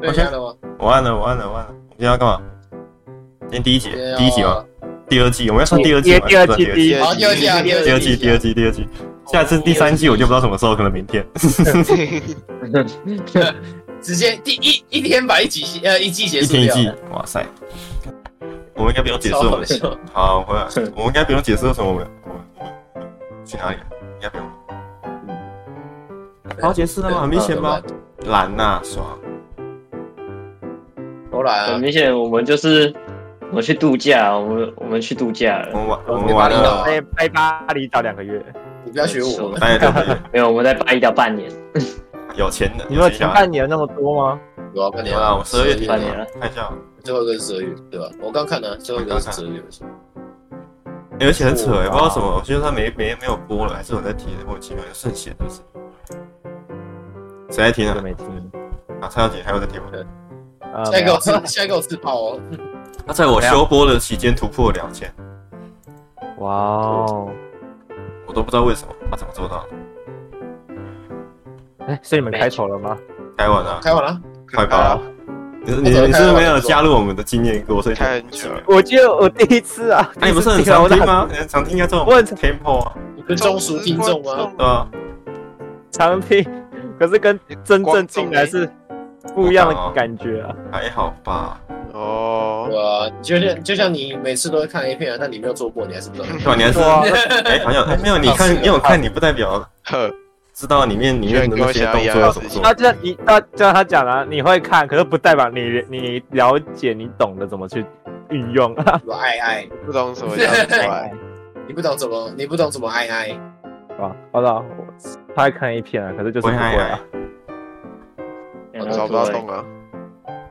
对，先按了吗？我按了，我按了，我按了。我们今天要干嘛？今天第一集今天，要第一集吗？第二季，我们要上第二季第吗？第二算季，第二第季，好，第二季啊，第第二二季，第二啊，季，第二季。下次第三季我就不知道什么时候，可能明天。啊 直接第一一天把一集呃一季结一束天一掉，季，哇塞！我们应该不用解释超我好们 笑。好，回来，我们应该不用解释为什么我们我们我们去哪里，啊应该不用。好解释了吗？很明显吧？懒呐，爽。投篮很啊，明显，我们就是我们去度假，我们我们去度假我了，们玩，我我们玩巴厘了岛在在巴黎找两个月，你不要学我。大概两个月，没有，我们在巴厘岛半年，有钱的，你说钱前小孩半。年那么多吗？有啊，半有年啦，我十二月底底半年了，看一下。啊最后一个是十二月，对吧？我刚看了，最后一个是十二月。欸而且很扯、欸，不知道什么，我觉得他没没没有播了，还是我在听，莫名其妙就圣贤，就是谁在听这啊个？没听。啊，蔡小姐还有在听吗？呃下一啊个我吃没有，下一个我吃炮哦。他在我休播的期间突破两千，哇哦！我都不知道为什么，他怎么做到的？哎，所以你们开头了吗？开完了、啊，开完了，快跑、啊！你你我怎么你是不是没有开完了加入我们的经验过，所以就开很久了我记得我第一次啊，那、你不是很第一次听常我听在吗？你很常听一下这种我很 tempo 啊，你是中熟听众吗？对吧、常听，可是跟真正进来是不一样的感觉啊。还好吧？哦，对啊，就像就像你每次都会看 A 片啊，但你没有做过，你还是 不知道。对吧？你还是哇，哎、好像哎没有，你看你有看，你不代表呵，知道里面里面的那些动作要怎么做。那就像你，那就像他讲了、你会看，可是不代表你你了解，你懂得怎么去运用。 我爱爱，不懂什么叫做 爱，你不懂怎么，你不懂怎么爱爱。啊，好了，我他在看 A 片啊，可是就是不会我也爱啊啊。找找不到洞啊。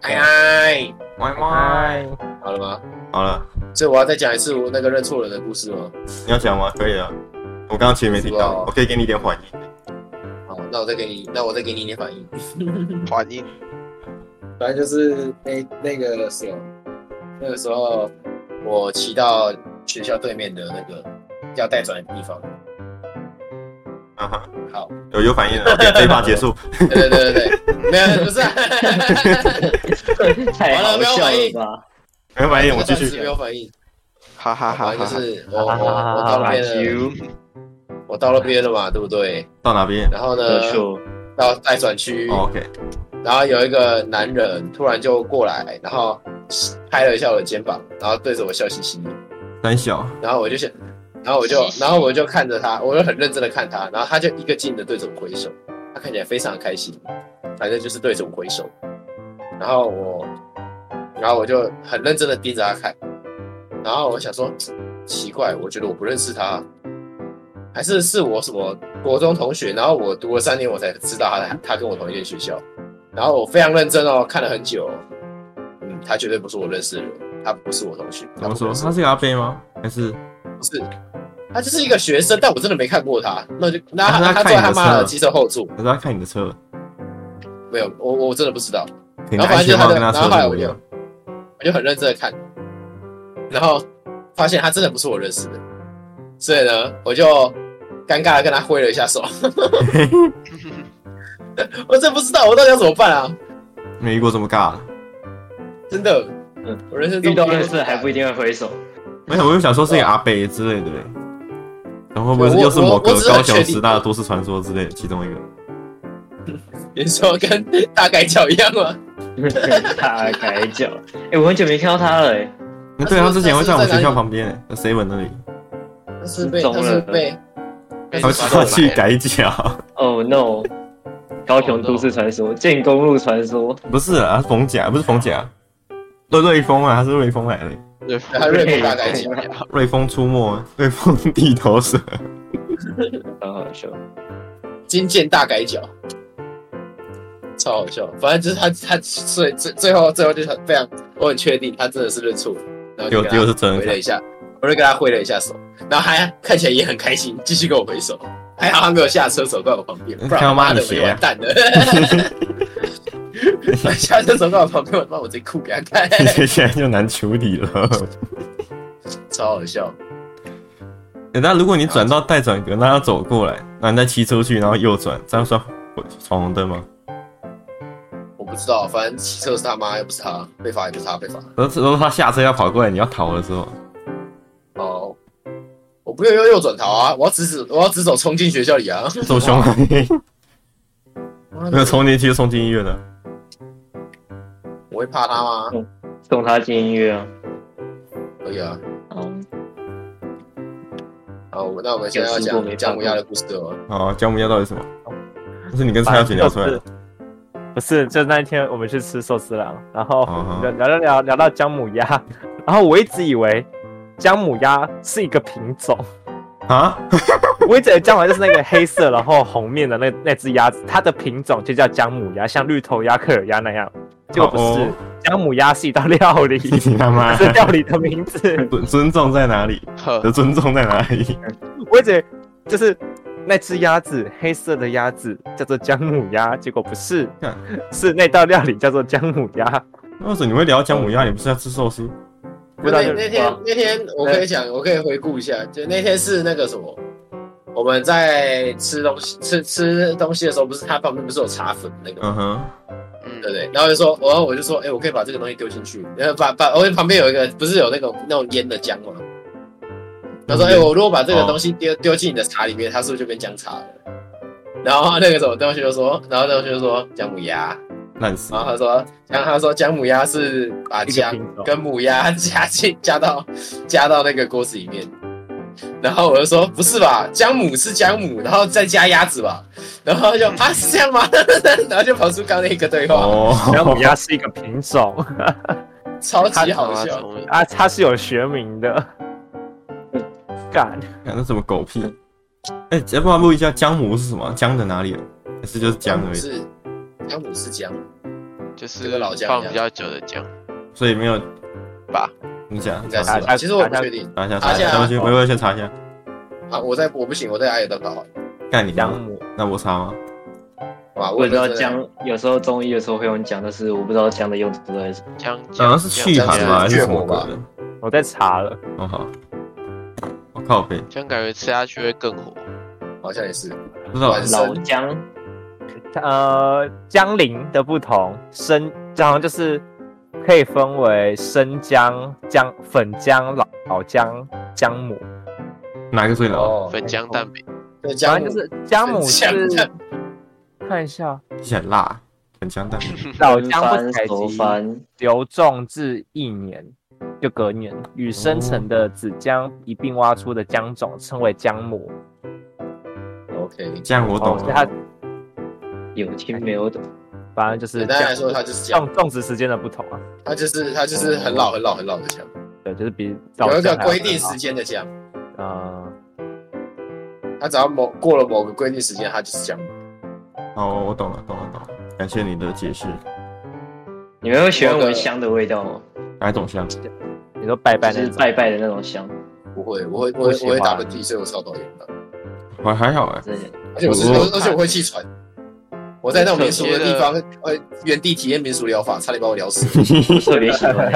爱爱，歪歪，好了吗？好了。所以我要再讲一次我那个认错人的故事哦吗？你要讲吗？可以啊，我刚刚其实没听是到吧，我可以给你一点缓音。好，那我再给你，那我再给你一点反应。反应反正就是那那个时候，那个时候我骑到学校对面的那个要带转的地方。啊哈，好，有有反应了，OK，这一趴 结束。对对对对对，没有 不是、啊，太好笑了吧！没有反应，我继暂时续没。有反应。哈哈哈反正就哈，是我我我到那边了，我到那边了嘛，对不对？到哪边然后呢没，错，到待转区，哦？OK，然后有一个男人突然就过来，然后拍了一下我的肩膀，然后对着我笑嘻嘻，三小，然后我就想，然后我就嘻嘻然后我就看着他，我就很认真的看他，然后他就一个劲的对着我挥手，他看起来非常开心，反正就是对着我挥手，然后我，然后我就很认真的盯着他看，然后我想说，奇怪，我觉得我不认识他，还是是我什么国中同学，然后我读了三年我才知道他他跟我同一间学校，然后我非常认真哦，看了很久哦、嗯，他绝对不是我认识的人，他不是我同学，怎他么不说？认识我他是个阿贝吗？还是不是，他就是一个学生，但我真的没看过他。那就那那他他是他看坐在他你的妈车的机车后座，还是他看你的车？没有，我我真的不知道。你然的后安反正就全他帽的，跟他然车后后来不我一就样。我就很认真的看，然后发现他真的不是我认识的，所以呢，我就尴尬的跟他挥了一下手。 我真不知道我到底要怎么办啊！ 没遇过这么尬的。真的，嗯我人生中遇到认识还不一一定会挥 手，我想，我就想说是一个阿贝之类的嘞。然后会不会是又是某我个我我只高很雄确定师大的都市传说之类的其中一个？你说跟大改脚一样啊吗？大改脚。哎，我很久没看到他了，哎，那对啊，他是之前会在我们学他校是在哪里旁边欸，在 seven 那里，他是被中他是了被被他会抓到他去哪里改脚。哦 no，高雄都市传说，建公路传说，不是啊，他是冯甲，不是冯甲，瑞瑞丰啊，他是瑞丰来的。他瑞丰大改脚。瑞丰出没，瑞丰地头 蛇，很好笑。金剑大改脚，超好笑。反正就是他，他最最最后最后就是非常，我很确定他真的是认错，然后结就果跟结他果是真挥了的。一下，我就跟他挥了一下手，然后他看起来也很开心，继续跟我挥手。还好他没有下车走到我旁边，不然看到他妈妈的你我就鞋啊完蛋了。 下车走到我旁边，我他妈我直接哭给他看，这 现在就难处理了。 超好笑。欸那如果你转到待转格，那要走过来，那你再骑出去，然后右转，这样算闯红灯吗？我不知道，反正骑车是他妈，又不是他，被罚也不是他被罚。然后然后他下车要跑过来，你要逃的时候，哦，我不要右右转逃啊，我要直直我要直走冲进学校里 啊！这么凶啊，妈的 没有冲进去就冲进医院了。我会怕他吗？送他进医院啊。可以啊。哦，好，我那我们现在要有试过没讲姜办法母鸭的故事哦。好，姜母鸭到底是什么？这是你跟蔡小姐聊出来的。不是，就那一天我们去吃寿司郎，然后嗯聊哼聊聊聊聊到姜母鸭，然后我一直以为姜母鸭是一个品种，啊， 我一直以为姜母鸭就是那个黑色然后红面的那那只鸭子，它的品种就叫姜母鸭，像绿头鸭、克尔鸭那样。结果不好是哦，姜母鸭是一道料理，你 是他妈 料理的名字。尊尊重在哪里？呵的，尊重在哪里？我一直以为就是那只鸭子，黑色的鸭子叫做姜母鸭，结果不是看，是那道料理叫做姜母鸭。那为什么你会聊姜母鸭？你不是要吃寿司？味道那就那天那天我可以讲，我可以回顾一下，就那天是那个什么，我们在吃东西吃吃东西的时候，不是他旁边不是有茶粉那个吗，嗯哼，嗯对不对？然后就说，然后我就说，哎、我可以把这个东西丢进去，然后把把，我旁边有一个不是有那种那种腌的姜吗？他说，哎、我如果把这个东西丢丢进你的茶里面，它是不是就变姜茶了？然后那个什么同学就说，然后同学就说姜母鸭，烂死然！后他说，然后他说姜母鸭是把一个姜品种跟母鸭 加进加到加到那个锅子里面。然后我就说不是吧，姜母是姜母，然后再加鸭子吧。然后他就啊是这样吗？ 然后就跑出刚那个对话，哦，姜母鸭是一个品种 超他级好他妈笑。聪明啊，它是有学名的。干，看那什么狗屁！哎、要不要录一下姜母是什么？姜的哪里？啊还是就是姜而已，是姜母是姜，嗯就是这个老姜放比较久的姜，所以没有吧？你讲应，该尝是试吧。其实我不确定查一下，查查一一下下，我先我我先查一下。啊，我在我不行，我在阿里的搞好干你姜娘！母那我查吗？哇，哦我我也不知道姜姜，有时候中医的时候会用姜，但是我不知道姜的用途到底是。姜好姜像是去寒吧，还是什么鬼的？我在查了，哦好，我靠背，姜感觉吃下去会更火，好像也是不知道晚上老姜呃，姜龄的不同，生好像就是可以分为生姜、姜粉姜、老老姜、姜母，哪个最老？哦，粉姜蛋饼，对姜反母正就是姜母是姜看一下听起来辣，很姜蛋。老姜不翻采熟集翻，留种至一年，就隔年与生成的子姜一并挖出的姜种称为姜母。 OK，这样我懂啊哦，所以它了。有听没有懂？反正就是简单来说，姜它就是姜，种种植时间的不同啊，它就是它就是很老很老很老的姜，对，就是比老有一个姜还要规定更老时间的姜，呃，它只要某过了某个规定时间，它就是姜。哦，我懂了，懂了，懂了。感谢你的解释，你们会喜欢闻香的味道吗？哪一种香？你说拜拜就那是种拜拜的那种香，不会，我会我会不喜我欢会打喷嚏，所以我超讨厌的，我还好哎，真的。 而且我是我而且我会气喘。我在那种民俗的地方，呃，原地体验民俗疗法，差点把我疗死。我特别喜欢。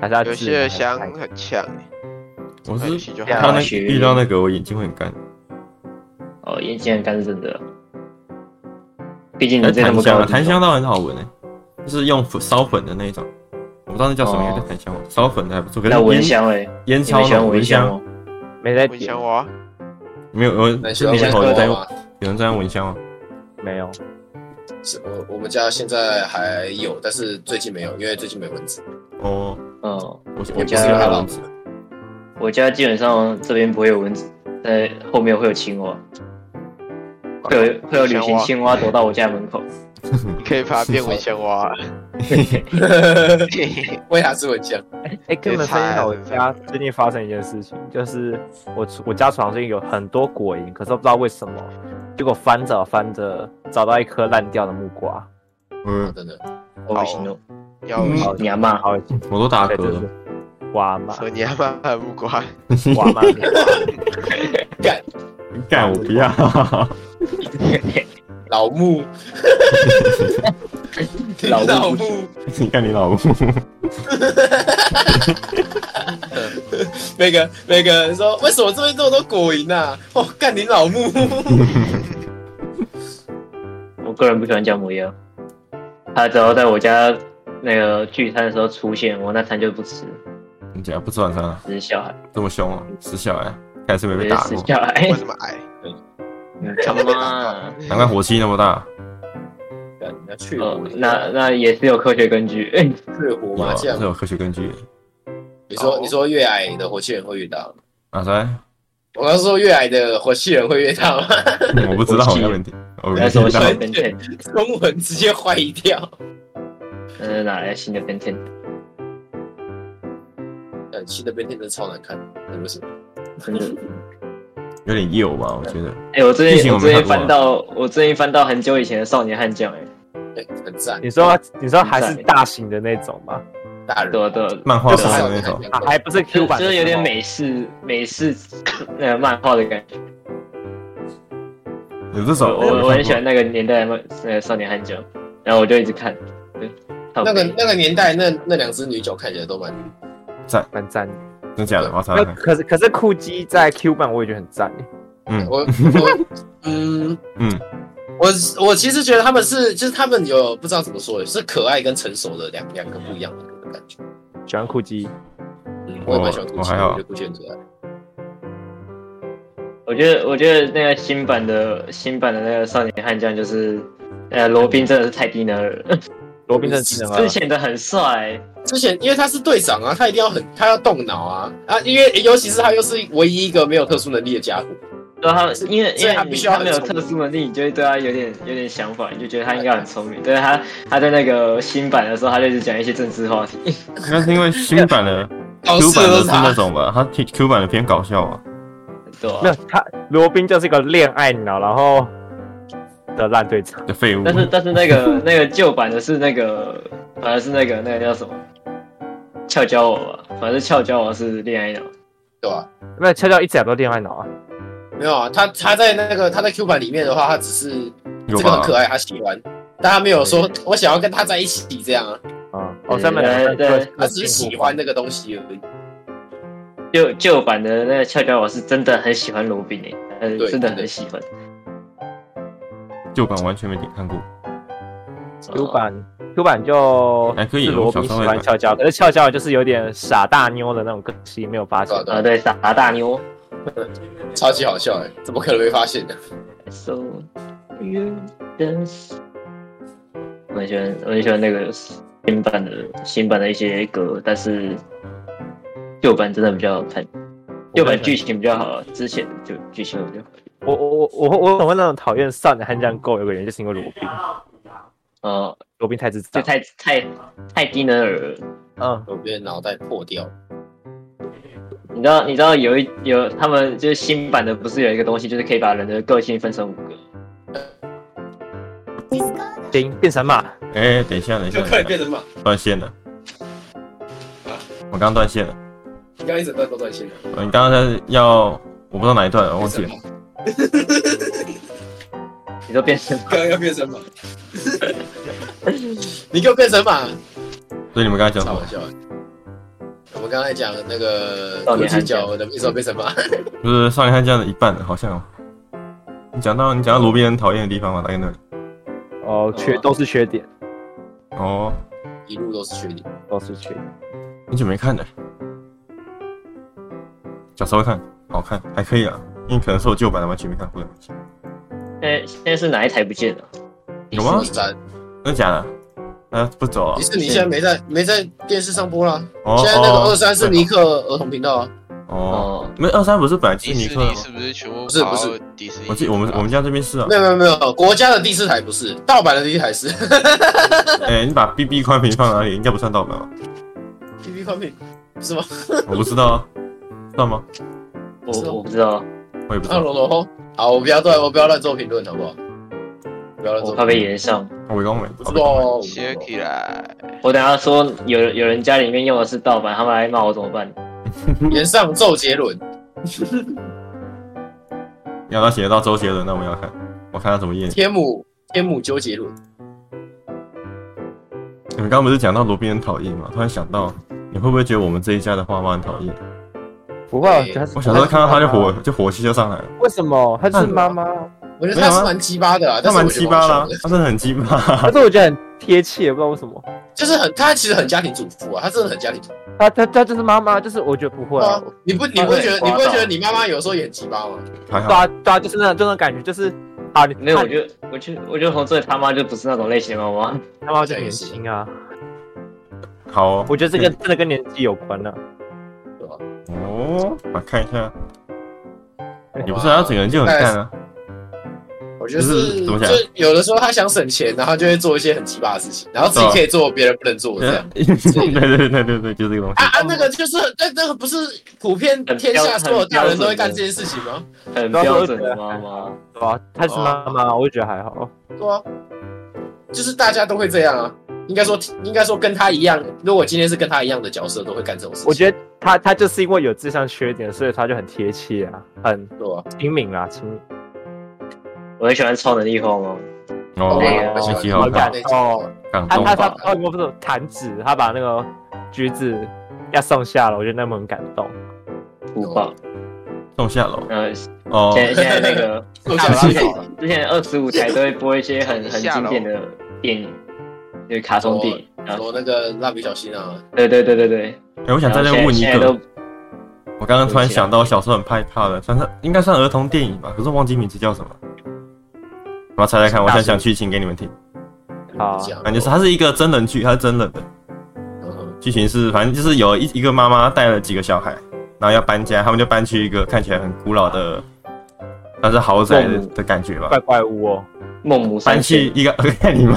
还是要有自些己香来看很强，我很是气就看到好。那个遇到那个我眼睛会很干。哦，眼睛很干是真的，毕竟你哎在那檀么高香的啊，地方檀香倒很好闻诶，就是用粉烧粉的那一种，我不知道那叫什么，哦应该叫檀香吧，烧粉的还不错。可是那蚊烟香哎，烟你们超喜欢浓，蚊蚊香吗香？没在蚊点香蛙，没有，有那人喜是欢你闻们头有香在吗？有人在用蚊香啊吗？没有，是呃我我们家现在还有，但是最近没有，因为最近没蚊子。哦，嗯，我我我家家有蚊子，我家基本上这边不会有蚊子，在后面会有青蛙，会有会有旅行哦青蛙躲到我家门 口。你可以把它变蚊香蛙，为啥是蚊香？哎，根本别猜分啊享到我真的家最近发生一件事情，就是我厨我家床最近有很多果蝇，可是我不知道为什么，结果翻着翻着找到一颗烂掉的木瓜，嗯，真的，好恶心哦！要蚊香好你阿嬷好恶心，我都打对，嗝就了是。哇嘛说你要把它木瓜，哇 嘛，干干，我不要。老木，老木老木， 你干你老母！每个每个人说，为什么这边这么多果蝇啊？哦，干你老木，我个人不喜欢姜母鸭，他只要在我家那个聚餐的时候出现，我那餐就不吃，你家不吃晚餐啊？死小孩，这么凶啊？死小孩，还是没直被接打死过？小孩 为，什么矮？你他 妈！难怪火气那么大。干那去哦火，那那也是有科学根据。去火有麻啊，将这，有科学根据。你说哦你说越矮的火气人会越大吗？啊，谁？我刚说越矮的火气人会越大吗？ 我不知道，火我气没问题。我那没是我听新到的 content，中文直接坏掉。嗯那是哪来新的 content？但新的变天真的超难看，是不是？真 的，有点幼吧？我觉得哎，我最疫情近我我没最近看过啊翻到我最近翻到很久以前的少年悍将，哎，哎，很赞，你说你说还是大型的那种吗？大人对啊对啊，漫画就上是的那种，啊，还不是就 Q 版的时候，就是有点美式美式那个漫画的感觉。有这种我我我很喜欢那个年代的漫那个少年悍将，然后我就一直看。对，靠那个背那个年代，那那两只女角看起来都蛮……蛮赞的。真的假的？我操！那可是可是酷鸡在 Q 版我也觉得很赞耶，嗯我我 嗯嗯，我我其实觉得他们是，就是他们有不知道怎么说，是可爱跟成熟的两两个不一样的感觉。喜欢酷鸡。嗯，我也蛮喜欢我顾惜，我还好我觉得顾惜很可爱。我觉得，我觉得那个新版的新版的那个少年悍将，就是，呃，罗宾真的是太低能儿了。罗宾真的技能 之前的很帅，之前因为他是队长啊，他一定要很，他要动脑啊啊！因为尤其是他又是唯一一个没有特殊能力的家伙，然后是啊因为因所以为他你必须要没有很聪特明殊能力，你就会对他有点有点想法，你就觉得他应该很聪明。但是他他在那个新版的时候，他就一直讲一些政治话题。那是因为新版的 搞 Q 事版都的是是他那。种吧，它 T- Q 版的偏搞笑啊。对啊没有他，罗宾就是一个恋爱脑，然后的烂队长。的废物。但是但是 那个那个旧版的是那个，反而是那个那个叫什么？俏娇娃吧，反正俏娇娃是恋爱脑。对吧？没有，悄悄一直以来都恋爱脑啊。没有啊，他他在那个他在 Q 版里面的话，他只是有这个很吧可？爱，他喜欢，但他没有说我想要跟他在一起这样啊，嗯，哦，对三本对对他只是喜欢那个东西而已。旧旧版的那个俏娇娃是真的很喜欢罗宾诶、呃，对真的对很喜欢。旧版完全没看过。 Q 版，Q 版就哎还可以是罗宾我小喜时候也欢看俏娇，可是俏娇就是有点傻大妞的那种个性，没有发现对啊。对啊，对，傻大妞。超级好笑哎、怎么可能会发现呢？ So you dance。我很喜欢，我很喜欢那个新版的新版的一些歌，但是旧版真的比较好看，旧版剧情比较好，啊之前就剧情比较好。我我我我我怎么会那种讨厌少年悍将 Go 有个原因，就是因为罗宾，呃，罗宾太智就啊障。太太太低能儿了。嗯，我变脑袋破掉，你知道，你知道有一有他们就是新版的，不是有一个东西，就是可以把人的个性分成五个。行，变成嘛，哎，等一下，等一下，就等快一下变成嘛，断线了。我刚断线了。你刚一整段都断线了，呃你刚刚在要，我不知道哪一段了，啊我忘记变了成。嘛，你都变成刚刚要变成嘛， 你给我变成嘛，所以你们刚才讲什超么好？笑的。我们刚才讲那个少国年际悍将角的一首变成嘛，就是少年汉这样的一半了，好像哦。你讲到你讲到罗宾很讨厌的地方嘛，大概那里。哦，缺都是缺点，哦，一路都是缺点。都是缺点。很久没看了。小时候看，好看，还可以啊。因为可能是我旧版的，完全没看过的。现在现在是哪一台不见了？有吗迪士尼三，真的假的？啊，不走啊迪？士尼现在没在没在电视上播啦。哦现在那个哦二三是尼克儿童频道啊，哦，哦，没二三不是本来就迪是尼士克的尼吗是？不是全部不是不跑是到迪士尼？我记我们我们家这边是啊没。有没有没有，国家的第四台不是，盗版的第一台是哎，你把 B B 宽屏放哪里？应该不算盗版吧？ P P 宽屏，是吗？我不知道啊，算吗？我我不知道，我也不知 啊，道。龙龙轰，好，我不要乱，我不要乱做评论，好不好？不要乱我做怕评被论，延上。我刚没，嗯不我知没道看哦，先起来，我等下说有有人家里面用的是盗版，他们来骂我怎么办？延上周杰伦，你要他写得到周杰伦，那我要看，我看他怎么演。天母天母周杰伦，你们刚刚不是讲到罗宾很讨厌吗？突然想到，你会不会觉得我们这一家的花妈很讨厌？不会啊，对他是我小时候看到他就火他是妈妈，就火气就上来了，为什么？他就是妈妈，我觉得他没有是啊蛮鸡巴的啊，他但是蛮我觉鸡得蛮巴好啦笑的， 他真的很鸡巴。可是我觉得很贴切，不知道为什么。就是很他其实很家庭主妇啊，他真的很家庭主妇他他他就是妈妈，就是我觉得不会啊哦啊，。你不你不会觉得他会你不会觉刮得到你妈妈有时候演鸡巴吗？还对好，啊对啊，就是那种就那种感觉，就是啊，你没有，看我觉得，我觉得，我觉得洪志伟他妈就不是那种类型的妈妈。他妈就很年轻啊。好哦我觉得这个真的跟年纪有关啊了、对吧？哦，我看一下，也不是他整个人就很干哎啊，我觉得就是是，怎就么讲有的时候他想省钱，然后就会做一些很鸡巴的事情，然后自己对啊可以做别人不能做这对样啊。 对对对对对对，就这个 东啊西，啊，那个就是，那那个不是普遍很天下标所有大人都会很标准的干这件事情吗？很标准的妈妈，对吧、她是妈哦妈，我就觉得还好。对啊，就是大家都会这样啊。应该说，应该说跟他一样，如果今天是跟他一样的角色，都会干这种事情。我觉得她她就是因为有这项缺点，所以她就很贴切啊，很得对啊，亲民啊，亲民。 我很喜欢超能力后宫，哦，啊那集好好看感，动。感他动他吧，他哦，不是弹指，他把那个橘子要送下了，我觉得那幕很感动。酷爆。送下楼呃，哦，现在现在那 个我下想楼到要之走前了，之前二十五台都会播一些很很下经楼典的电影，就是卡通电影。然后说那个蜡笔小新啊，对对对对对，哎，我想在然这后现在问一现在个都，我刚刚突然想到，小时候很害怕的，算是应该算儿童电影吧，可是忘记名字叫什么。我要猜猜看，我想讲剧情给你们听。嗯好这样感觉是它是一个真人剧，它是真人的嗯剧情是，反正就是有一一个妈妈带了几个小孩，然后要搬家，他们就搬去一个看起来很古老的，但是豪宅的孟母的感觉吧怪。怪物哦，孟母三搬去迁，一个， 我看你妈！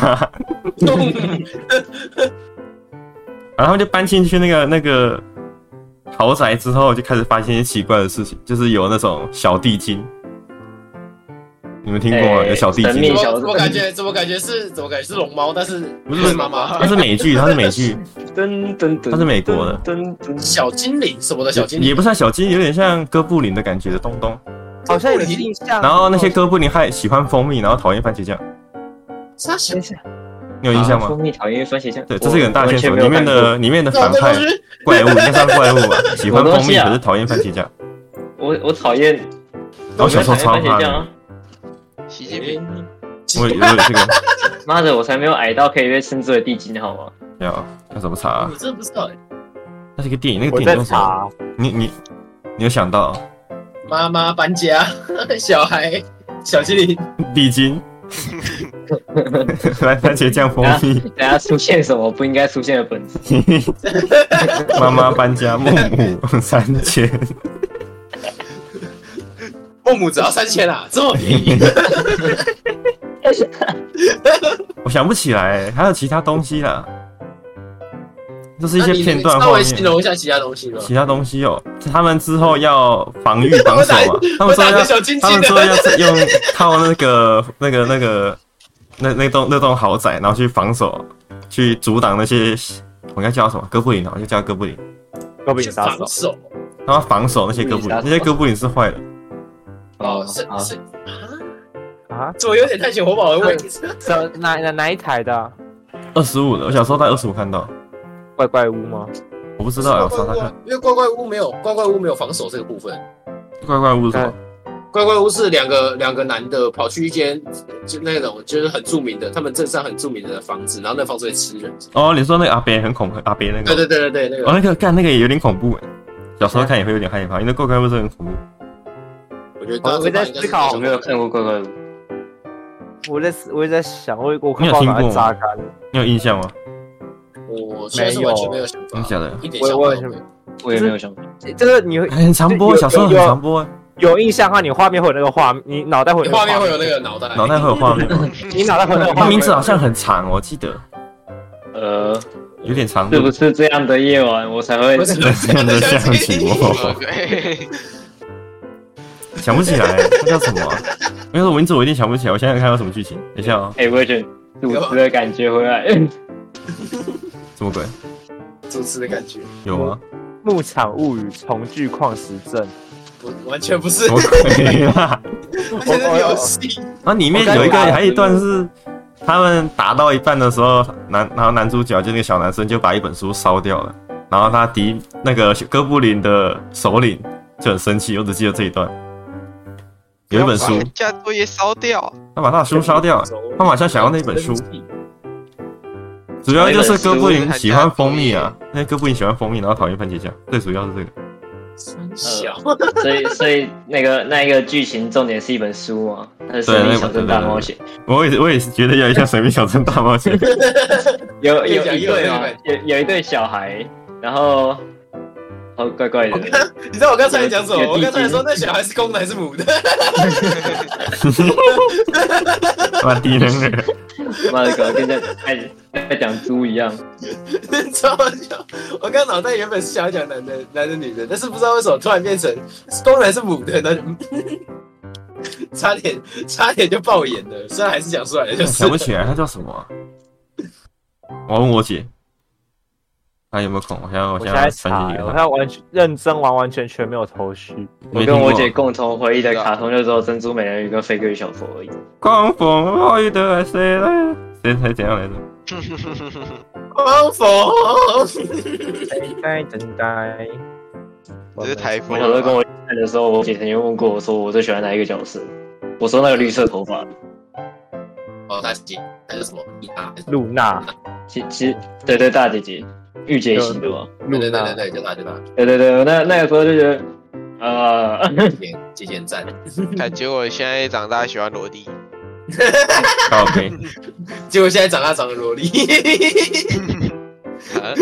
然后他们就搬进去那个那个豪宅之后，就开始发现一些奇怪的事情，就是有那种小地精，你们听过吗？哎有小地神精秘怎小吗，么怎么感觉？怎么感觉是？怎么感觉是龙猫？但是不是不是妈妈，它是美剧，它是美剧， 噔噔噔，它是美国的噔噔小精灵什么的小精也灵，不算小精，有点像哥布林的感觉的东东。好像有点印象。哦然后那些哥布林还喜欢蜂蜜，然后讨厌番茄酱，啥小？你有印象吗啊蜂？蜜讨厌番茄酱，对，我这是一个很大的线索。里完全没有面的里面的哦这反种东派西怪物应该算怪物吧？喜欢蜂什么东蜜西啊可是讨厌番茄酱。看过，我我讨厌，我哦小时候超我讨厌番怕茄的酱啊，啊习近平我有有这个妈的，我才没有矮到可以被称之为地精好吗？要要怎么查啊我？真的不知道欸。那是一个电影，那个我电影叫在什么？查，你你你有想到妈妈搬家，小孩小精灵，地精？来番茄酱蜂蜜， 等下出现什么不应该出现的本质，妈妈搬家，孟母三迁，孟母只要三千啊，这么便宜。我想不起来，还有其他东西啦，这是一那些你片段稍画微形面。容一下其他东西吧。其他东西哦，他们之后要防御 防我守打嘛，他们我说打要个小亲他亲们说的，要是用 靠那个那个那个那那栋那栋豪宅，然后去防守，去阻挡那些我应该叫什么哥布林啊，我就叫哥布林，哥布去林杀防手，守他们防守那些哥布林，那些哥布林是坏的，哦，是啊是啊，怎么有点探险活宝的味？什哪哪哪一台的啊、二十五的，我小时候在二十五看到，怪怪物吗？我不知道，怪啊我查查怪看物，因为怪怪屋没有怪怪屋没有防守这个部分，怪怪物是什么？怪怪屋是两个两个男的跑去一间就那种就是很著名的，他们镇上很著名的房子，然后那房子会吃人。哦，你说那个阿伯很恐怖，阿伯那对对个，对对对，那个哦那个干那个也有点恐怖欸，小时候看也会有点害怕，因为怪怪物是很恐怖。我觉得我大我在家应该思是考我没有看过怪怪物，我在我也在想，我我你快有把听它过吗榨干了。你有印象吗？我现在是完全没有想真法的，假的？一点想法都没有。我也没有想过，这个你会哎很常播，有小时候很有常播，有印象的话，你画面会有那个画，你脑袋会有那个画面会嗯有那个 脑袋，脑袋会有画面 吗？你脑袋会有那个画它面。名字好像很长，我记得呃，有点长是不度。是这样的夜晚我才会不是这样的象棋 我 OK，想不起来，那叫什么啊？没有名字我一定想不起来。我想想看有什么剧情。等一下哦， 哎，我觉主啊持的感觉回来， 什么鬼？主持的感觉，有吗？牧场物语》重聚矿石镇，不完全不是什，么鬼啊？ 完全是游戏。那里面有一个，还有一段是他们打到一半的时候，男然后男主角就那个小男生就把一本书烧掉了，然后他敌那个哥布林的首领就很生气，我只记得这一段。有一本 书， 把人家作业烧掉，他把他的书烧掉，他们好像想要那本书，主要就是哥布林喜欢蜂蜜啊，因为哥布林喜欢蜂蜜，然后讨厌番茄酱，最主要是这个。小所以所以那个那一个剧情重点是一本书啊，它是《对那神秘本小镇大冒险》我也是我也是觉得有点像《神秘小镇大冒险》，有有越讲一越对有嘛那个，有有一对小孩，然后哦怪怪的，你知道我刚才讲什么？有我地刚才精说那小孩是公的还是母的？妈低能儿。妈的，搞得跟在在在讲猪一样。超好笑！我刚脑袋原本是想要讲男的、男的、女的，但是不知道为什么突然变成公然是母的，那就 差点差点就爆眼了。虽然还是讲出来了，就是想不起来他叫什么啊、我问我姐，她有没有空？我现在我我现现在在传查，讯给我现她。在完全认真完完全全没有头绪。我没听跟过我姐共同回忆的卡通就只有珍珠美人鱼跟飞哥与小佛哦而已。狂风暴雨的谁来？谁谁怎样来着？汪峰，呆呆呆，这是台风我小啊时候跟吧。我姐看的时候，我姐曾经问过我说我最喜欢哪一个角色，我说那个绿色头发。哦，大姐还是什么？一大对露娜，其其实对对大姐姐，御姐型的嘛。露对对娜，对，就他就他，对对对，那那个时候就觉得，呃，这点这点赞。看，结果现在长大喜欢罗蒂，靠背，结果现在长大长得萝莉， 啊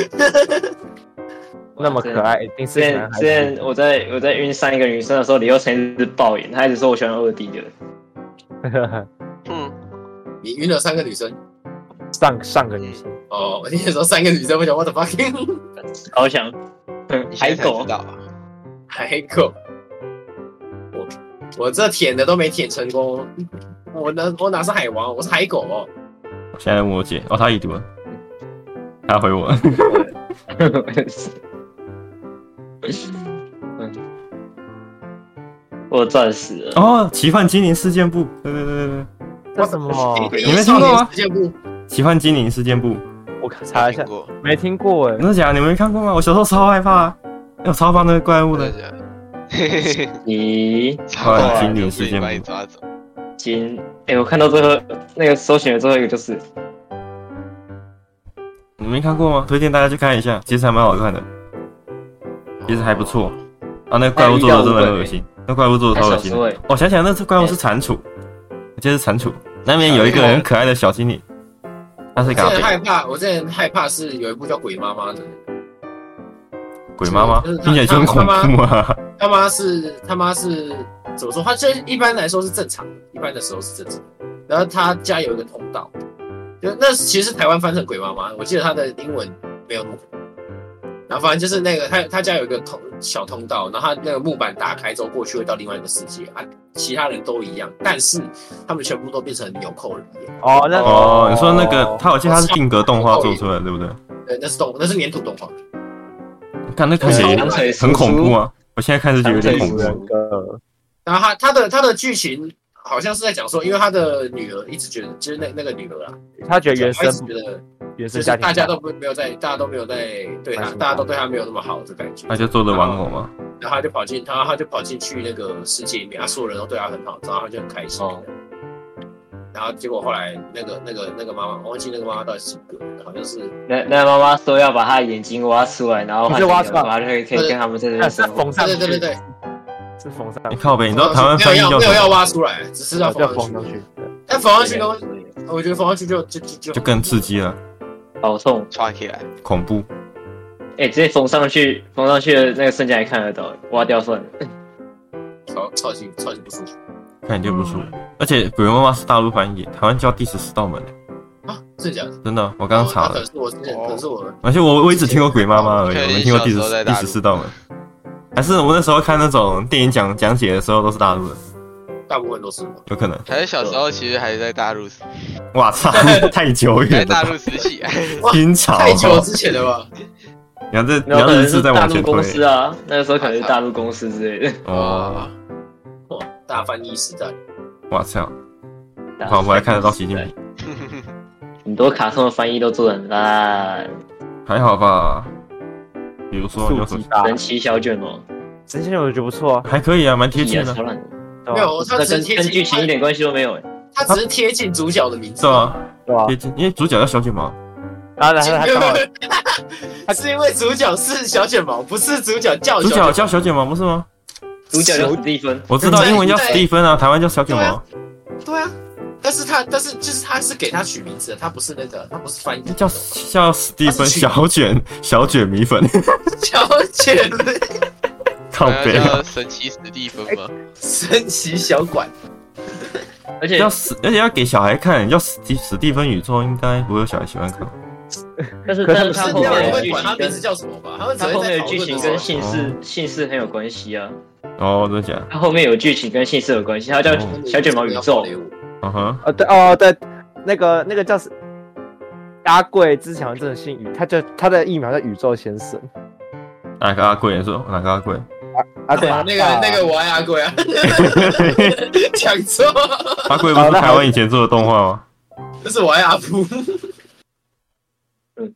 那么可爱，一定之是前男孩之前我在我在晕上一个女生的时候，李又成一直爆眼，她一直说我喜欢二 D 的。子。嗯，你晕了三个女生 上上个女生，哦！我听你说三个女生，我想 what the fuck？ 好想，嗯你海现在才狗知，道啊。海狗，我我这舔的都没舔成功，我哪我哪是海王，我是海狗、哦。我现在问我姐，哦，她已读了，她回我。 嗯我钻石了。哦，奇幻精灵事件部，对对对对这什么？你哦们听过吗世界部对，奇幻精灵事件部，我查一下没听，过，没听过哎真。的假的？你们没看过吗？我小时候超害怕、啊，哎我超怕那个怪物真的。的假的？嘿 嘿嘿，咦，超哇好啊经典就事自件己把簿你抓走。金，哎、我看到最后那个搜寻的最后一个就是你们没看过吗？推荐大家去看一下，其实还蛮好看的，其实还不错。啊，那个怪物做的真的很恶心，那怪物做的超恶心的。哎还小时我想起来，那只怪物是蟾蜍，我记得是蟾蜍。那边有一个很可爱的小精灵，它是我之嘎前贝害怕，我之前害怕是有一部叫《鬼妈妈》的，鬼妈妈就是，它听起来就很恐怖啊！他妈是他妈是怎么说？他这一般来说是正常的，一般的时候是正常的。然后他家有一个通道，就那其实台湾翻成鬼妈妈，我记得他的英文没有那么恐怖。然后反正就是那个他他家有一个通小通道，然后他那个木板打开之后过去会到另外一个世界啊，其他人都一样，但是他们全部都变成纽扣人一样。哦，那哦，你说那个，它我记得它是定格动画做出来的，对不对？对，那是动那是粘土动画。看那哎看起来长腿叔叔很恐怖啊！我现在看是觉得有点恐怖。整个然后他他的他的剧情好像是在讲说，因为他的女儿一直觉得就是那那个女儿啊，他觉得原她一直生觉得。原就生是家庭大家都不没有在，大家都没有在对关他心，他大家都对他没有那么好的感觉。他就做的玩偶嘛，然后他就跑进，然后他就跑进去那个世界里面，啊，所有人都对他很好，然后他就很开心。哦然后结果后来那个那个那个妈妈，我忘记那个妈妈到底是几个，好像是那那妈妈说要把她的眼睛挖出来，然后不是挖出来妈就可以可以跟他们在这那边是生活。缝上去，对对对对对，是缝上你哎去，靠北，你知道台湾没有翻译要叫没有什要么？挖出来，只是要哦就缝缝上啊上去。去。对但缝上去对都，我觉得缝上去就就就就就更刺激了，好痛！抓起来，恐怖。哦哎、直接缝上去，缝上去的那个瞬间还看得到，挖掉算了。超超级超级不舒服看你就不舒服。而且《鬼妈妈》是大陆翻译，台湾叫第十四道门，啊！真的假的？真的，我刚刚查哦那可了能。是我之前，可能是我而且我我一直听过《鬼妈妈》而已，我没听过第十确定小时候在第大陆十四道门。还是我那时候看那种电影讲讲解的时候都是大陆的，大部分都是我。有可能。还是小时候其实还在大陆， 哇操，太久在远大了，陆时 期，清朝。啊太久之前了吧？你要这你那要可能日是志再大往陆前公推司啊，那个时候可能是大陆公司之类的。哦，哇，大翻译时哦代。哇操！好，我们还看得到习近平， 很多卡通的翻译都做得很烂，还好吧？比如说素有什鸡么大，神奇小卷毛，之前我觉得不错啊，还可以啊，蛮贴屁近啊，的超，烂的，对吧没有，他那只是跟贴跟近剧情一点关系都没有哎。他只是贴近主角的名字是。吧？对吧贴？近，因为主角叫小卷毛，对然后啊他他刚好 是因为主角是小卷毛，不是主角叫主哦小角卷叫小卷毛不是吗？毛，主角有就地分，我知道对英文叫对史蒂芬啊，台湾叫小卷对毛啊，对啊。但是他，但是就是他是给他取名字的，他不是那个，他不是翻译的叫叫史蒂芬他是取小卷小卷米粉， 小卷靠那北啊，叫神奇史蒂芬吗？神奇小馆，而且啊要史而且要给小孩看，要史蒂史蒂芬宇宙应该不会有小孩喜欢看。但是可但是是是他后没有人面的会剧管他情名跟字叫什么吧？他们只他会后在面讨的剧论情的跟时候姓氏姓氏很有关系啊，哦，真的假的？他后面有剧情跟姓氏有关系，他叫哦小卷毛宇宙，嗯哼，呃对哦对，那个那个叫是阿贵之前好像真的姓宇，他叫他的艺名叫宇宙先生。哪个阿贵？你说哪个阿 贵？阿贵啊那个那个我爱阿贵啊， 讲错，阿贵不是台湾以前做的动画吗？这是我爱阿布嗯。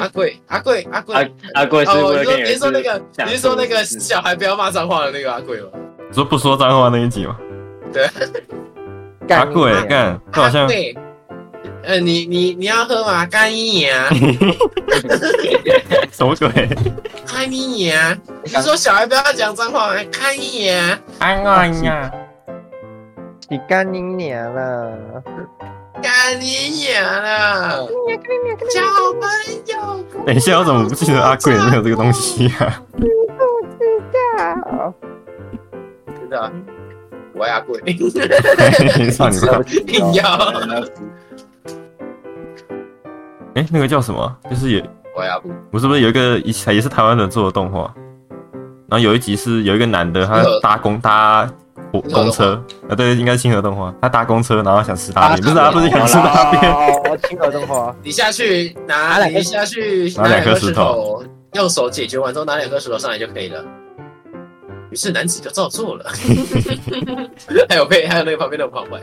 阿贵，阿贵，阿贵，阿阿贵是哦，为了你跟说你人说那个，讲你是说那个是小孩不要骂脏话的那个阿贵吗？你说不说脏话那一集吗？干阿贵你娘干，这好阿像贵，呃，你你你要喝吗？干一啊呀，什么鬼？干一呀！你说小孩不要讲脏话，干一啊呀，安安呀，你干你娘啊了！干你呀啦！小朋友， 等一下，我怎么不记得阿贵里面有这个东西 啊？真的啊，我爱阿贵， 操你妈！硬要，哎，那个叫什么？就是也我爱阿布，不是不是有一个以前也是台湾人做的动画，然后有一集是有一个男的他清河搭公搭。火清河动公画车啊，对，应该是清河动画。他搭公车，然后想吃大便，不搭是他不是想吃大便，哦，我听耳动画，你下去拿，拿两颗你下去拿两颗石石头头，用手解决完之后拿两颗石头上来就可以了。于是男子就照做 了，还有被还有那个旁边的旁白，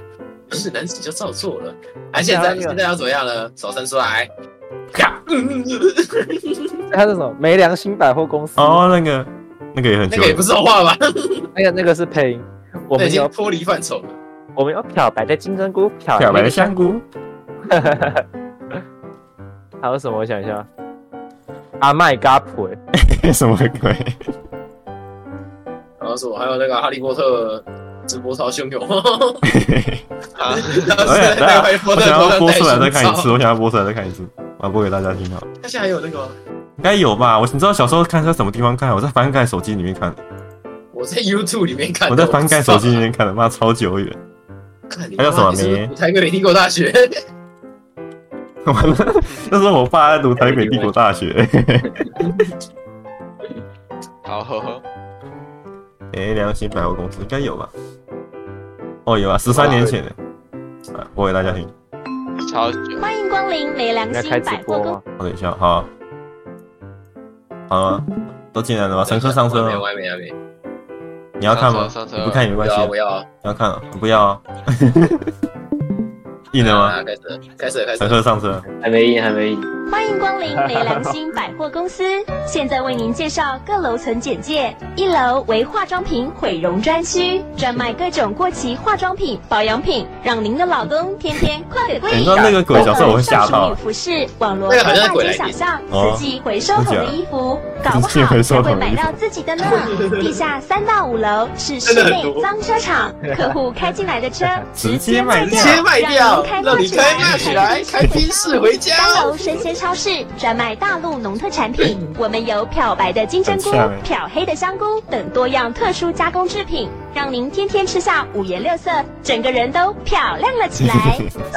于是男子就照做了。啊，现还在有那个现在要怎么样呢？手伸出来，咔，嗯他是什么？没良心百货公司哦，那个那个也很那久个也远不是动画吧？那个那个是配音。我那已们经有脱离范畴了。我们有漂白的金针菇，漂漂白的香菇，还有什么？我想一下，阿麦嘎普，什么鬼？然后说还有那个哈利波特直播超汹涌， 啊，然后我是想那个哈利波我特想头要上播戴出来再胸看一次，罩，我想要播出来再看一次，我播给大家听好。他现在还有那个吗？应该有吧？我你知道小时候看在什么地方看？我在翻盖手机里面看，我在 YouTube 里面看我的，在翻盖不知道手机里面看的，妈超久远。看你还有什么啊你是不是没台哥，你英国大学，完了，那时候我爸在读台北帝国大学。好，哎、良心百货公司应该有吧？哦，有啊，十三年前的。啊，播给大家听。超久，欢迎光临美良你要心开直百货播公吗？我等一下，好、啊，好了吗，都进来了吗？乘客哦上车没有，了，还没，还没。你要看吗？上车上车你不看也没我关系要，啊，我要啊。你要看啊，不要啊。 硬了吗？啊？开始了，开始了，开始了。乘客上车，还没赢还没赢，欢迎光临美良心百货公司，现在为您介绍各楼层简介。一楼为化妆品毁容专区，专卖各种过期化妆品、保养品，让您的老公天天快得贵。哎你知道那个鬼角色我会吓到女服饰、网络那个好像是购鬼物来街电想象，哦瓷器回收桶的衣服，搞瓷不器回好收就桶的衣服会买到自 己的呢。地下三到五楼是室真的内很多脏车场，客户开进来的车 直直接接卖卖掉掉，先卖掉，让让你您开开骂骂起起来，来开宾士回家。三楼生鲜超市专卖大陆农特产 品，我们有漂白的金针菇很呛欸、漂黑的香菇等多样特殊加工制品，让您天天吃下五颜六色，整个人都漂亮了 起来。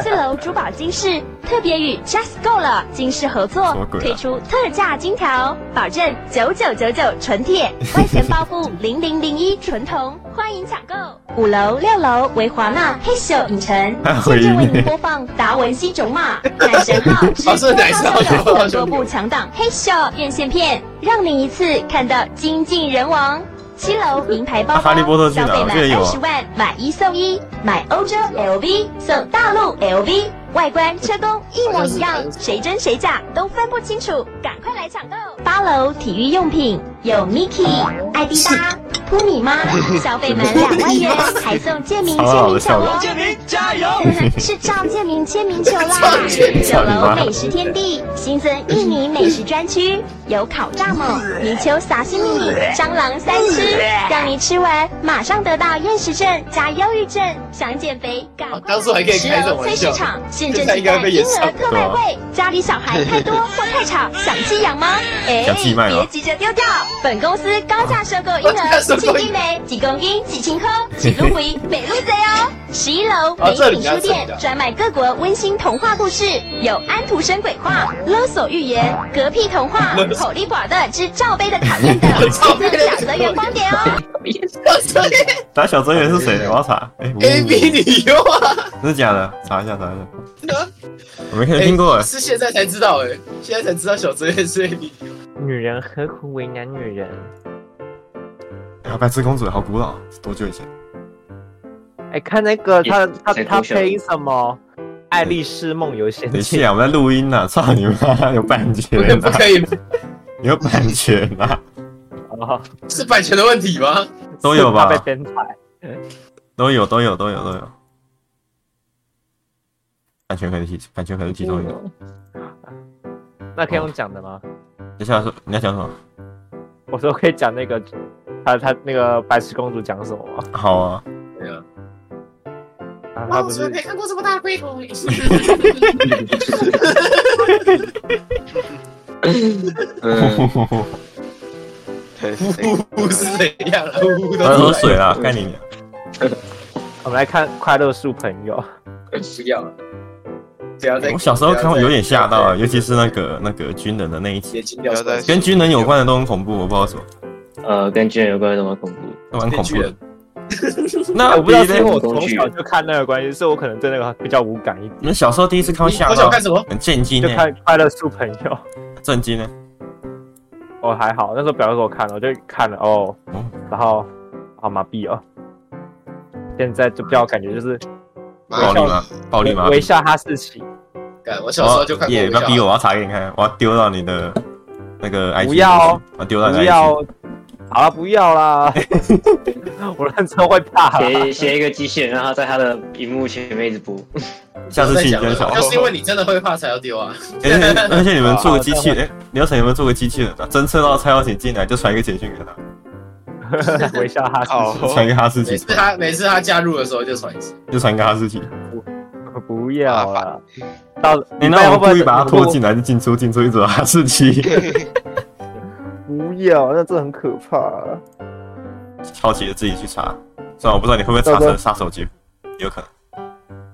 四楼珠宝金饰特别与 Just Go 了金饰合什作么鬼啊推出特价金条，保证九九九九纯铁，外钱包覆零零零一纯铜，欢迎抢购。五楼、六楼为华纳黑秀影城还，回现音在为呢您播放达文西 种马男神号之哦是奶神号多方向多部强档黑秀院线片，让你一次看到精尽人亡。七楼名牌包包，啊哈利波特去哪消费满这个有二啊十万买一送一，买欧洲 LV 送大陆 LV，外观车工一模一样，谁真谁假都分不啊清楚，赶快来抢购！八楼体育用品有 Nike、艾迪达、扑你妈！ 消费满两万元还送建明签名球哦。建明加油！是赵建明签名球啦赵建！明九楼美食天地新增印尼美食专区，有烤蚱蜢、泥鳅撒西米、蟑螂三吃， 让你吃完马上得到厌食症加忧郁症。想减肥，赶快！哦当初还可以开这种玩十笑楼菜市场现正这才举应该办被婴演唱儿特卖会，家里小孩太多或太吵，想寄 养吗？哎，想寄卖吗别急着丢掉，本公司高价收购 婴儿高价收七购婴儿斤梅，几公斤几千颗，几路回每 路 贼哦。十一楼哦唯这品里书比较店省的专卖各国温馨童话故事，有安徒生鬼话、勒索寓言、嗝屁童话、口利寡的之罩杯的考验等， 罩杯各的小考验的原光碟哦。打小真源是谁？我要查。哎、我 A B 理由啊，真的假的？查一下，查一下。我没看听过哎、是现在才知道哎、现在才知道小泽也是 A B 女人何苦为难女人？啊白痴公主好古老，啊多久以前？哎，看那个他他谁他偷笑配音什么《爱丽丝梦游仙等一境》下，我们在录音呢、操你妈，有版权不啊！可以，有版权啊！哦，是版权的问题吗？都有吧是他被编排。都有，都有，都有，都有。版权可能提，版权可能提供有。那可以用讲的吗？接下来说你要讲什么？我说可以讲那个他他那个白痴公主讲什么吗？好啊，对啊，啊，他不是没看过这么大的龟头。 嗯， 哎呜是怎样啊？呜 喝都喝水啦，看你娘。我们来看《快乐树朋友》不要了，啊不要再。我小时候看不要过再有点吓到啊，尤其是那个那个军人的那一集，眼睛掉出来不要再跟军人有关的都很恐怖，我不知道为什么，呃，跟军人有关的都蛮恐怖的。都蛮恐怖的。哎。那我不知道比是嘞因为我从小就看那个关系，所以我可能对那个比较无感一点。你们小时候第一次看到你吓我想到，看什么？很震惊就呢、看《快乐树朋友》，震惊呢、我哦还好，那时候表哥给我看了，我就看了哦哦，然后好麻痹哦。现在就比较感觉就是暴力吗？暴力吗？微笑哈士奇，干我小时候就看过。哦也不要逼我，我要查给你看，我要丢到你的那个 IG，不要哦我丢到你不的 IG。要，好了，不要啦， 我认真会怕啦。写写一个机器人，让他在他的荧幕前面一直播。下次去你跟小了，孩就是因为你真的会怕才要丢 啊！而 且哎而且你们做个机器人，哎，刘晨有没有做个机器人啊？侦测到蔡耀景进来，就传一个简讯给他，微笑哈好哦士，啊传一个哈士每奇次，他每次他加入的时候就传一次，就传一个哈士奇。奇，不要啦。到你哎那我故意把他拖进来，就进出进出一直有哈士奇， 不要，那这很可怕、好奇的自己去查。虽然我不知道你会不会查成杀手机，有可能。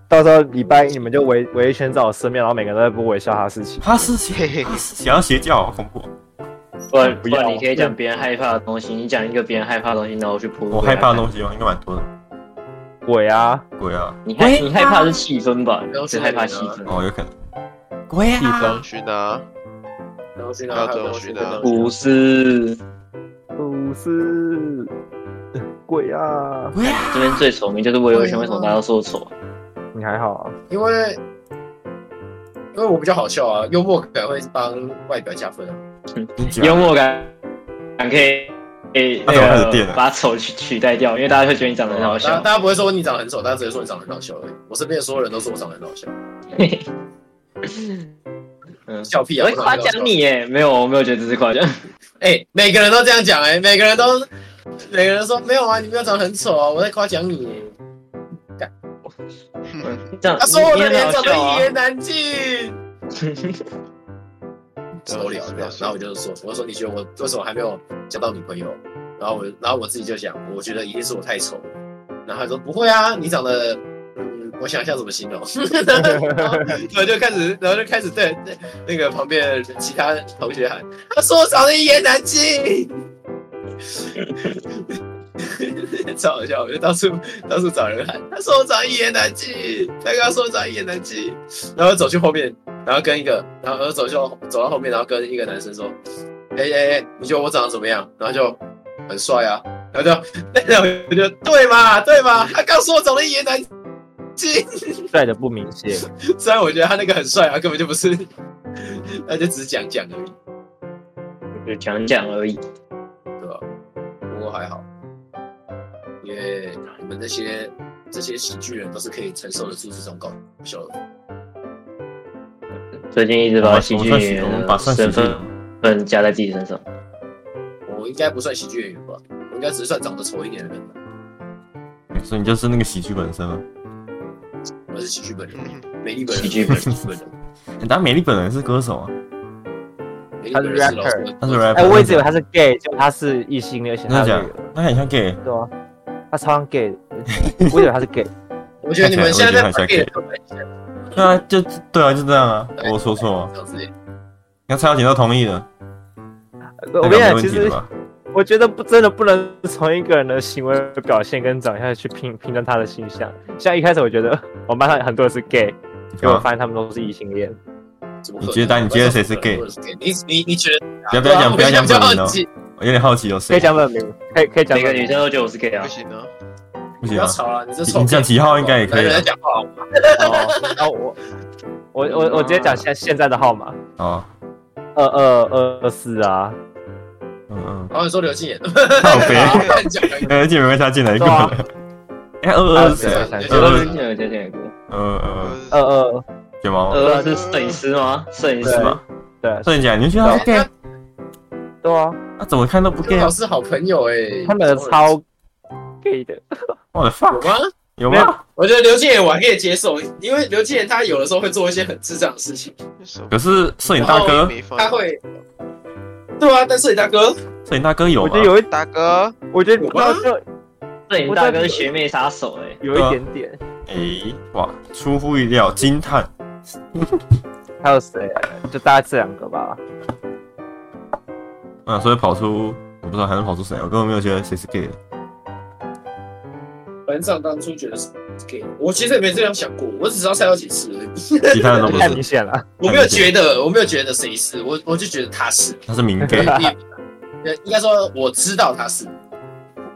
到时候礼拜一你们就围围一圈在我身边，然后每个人都在播微笑哈士奇。哈士奇，哈士奇，然后邪教，好恐怖！不然不不要然你可以讲别人害怕的东西，你讲一个别人害怕的东西，然后去扑。我害怕的东西吗？应该蛮多的。鬼啊，鬼啊，你害你害怕的是气氛吧？你只害怕气氛，哦，啊有可能。鬼地方去拿，然后去还拿有这种虚的啊不是不是鬼啊， 这边最丑名就是魏啊有权，为什么大家都说我丑？你还好啊？因为因为我比较好笑啊，幽默感会帮外表加分啊。你讲幽默感感可以。诶，那那怎么开始变个了把丑取取代掉，因为大家会觉得你长得很好大家笑。大家不会说你长得很丑，大家只会说你长得很好笑而已。我身边所有人都说我长得很好笑， 嗯，笑屁啊！我会夸我长得奖很好笑，你耶，没有，我没有觉得这是 夸奖。哎、每个人都这样讲，哎，每个人都每个人说没有啊，你没有长得很丑啊，我在夸奖你。这样，他说我你的也脸很好长得笑啊一言难尽。受不了这样，然后我就说，我就说你觉得我为什么还没有交到女朋友？然后我，然后我自己就想，我觉得一定是我太丑。然后他说不会啊，你长得，嗯，我想一下怎么形容。 然后然后就开始，然后就开始对对那个旁边的其他同学喊，他说我长得一言难尽。 超好笑！我就到处到处找人喊，他说我长得一言难尽，他刚刚说我长得一言难尽，然后走去后面，然后跟一个，然后走就走到后面，然后跟一个男生说：“哎哎哎，你觉得我长得怎么样？”然后就很帅啊，然后就那我就对嘛对嘛，他刚说我长得一言难尽，帅的不明显，虽然我觉得他那个很帅啊，根本就不是， 他就只是讲讲而已，就讲讲而已。对吧？不过还好，们这些这些喜剧人都是可以承受得住这种搞笑的。最近一直我把们喜我剧们算喜演我们把员算喜身剧份份加在自己身哦上。我应该不算喜剧演员吧，我应该只是算长得丑一点的人吧。人，所以你就是那个喜剧本身啊嘛。我是喜剧本人，嗯美丽本人，喜剧本喜剧本人，欸但美丽本人是歌手啊，美丽本人是老师他是 rapper。哎、我一直以为他是 gay，结果他是异性恋，而且嗯真的他是假的？那很像 gay，对啊，他超像 gay 的，我以为他 是 gay，我觉得你们现在在把 gay 的刻板印象对啊，就对啊，就这样啊。对我说错了，这样子那蔡小姐都同意了，我代表跟你没讲，问其题了实吧？我觉得不真的不能从一个人的行为表现跟长相去评评断他的形象。像一开始我觉得我们班上很多人是 gay，结果啊发现他们都是异性恋。怎么可能？你觉得你觉得谁是 gay？你你你觉得？不要不要讲不要讲本名哦，不我有点好奇有可以谁？讲本名，可以可以讲每个本女名。生都觉得我是 gay 啊不，行啊，不行要啊，吵了，你这你你讲几号应该也可以啊有人讲话好吗？哦，然后我我我我直接啊讲现现在的号码，哦，二二二二四啊，嗯 嗯，然后你说刘敬 言，好肥，乱讲 而已呃，姐妹他进来一个对啊，哎，二二是对谁？啊呃三三我都是进来加进来过。呃呃，二呃，二卷毛啊呃，二是摄影师吗？摄影师是对吧？对所以你讲，你就觉得他是 gay，对啊，他怎么看都不跟 gay 啊老！师好朋友哎，他们的超 gay 的，我有的 fuck，吗？有没吗？我觉得刘敬言我还可以接受，因为刘敬言他有的时候会做一些很智障的事情，可是摄呃影大哥，他会，对啊，但是你大哥，摄影大哥有我吗觉得？有一，大哥，我觉得有吗就摄影大跟学妹杀手哎、有一点点。哎，哇，出乎意料，惊叹！还有谁？啊就大概这两个吧。啊，所以跑出，我不知道还能跑出谁，我根本没有觉得谁是 gay 的。班上当初觉得是 gay，我其实也没这样想过，我只知道赛到几次而已，其他人都不 太明是，显了，我没有觉得，我没有觉得谁是，我我就觉得他是，他是明 gay，也应该说我知道他是，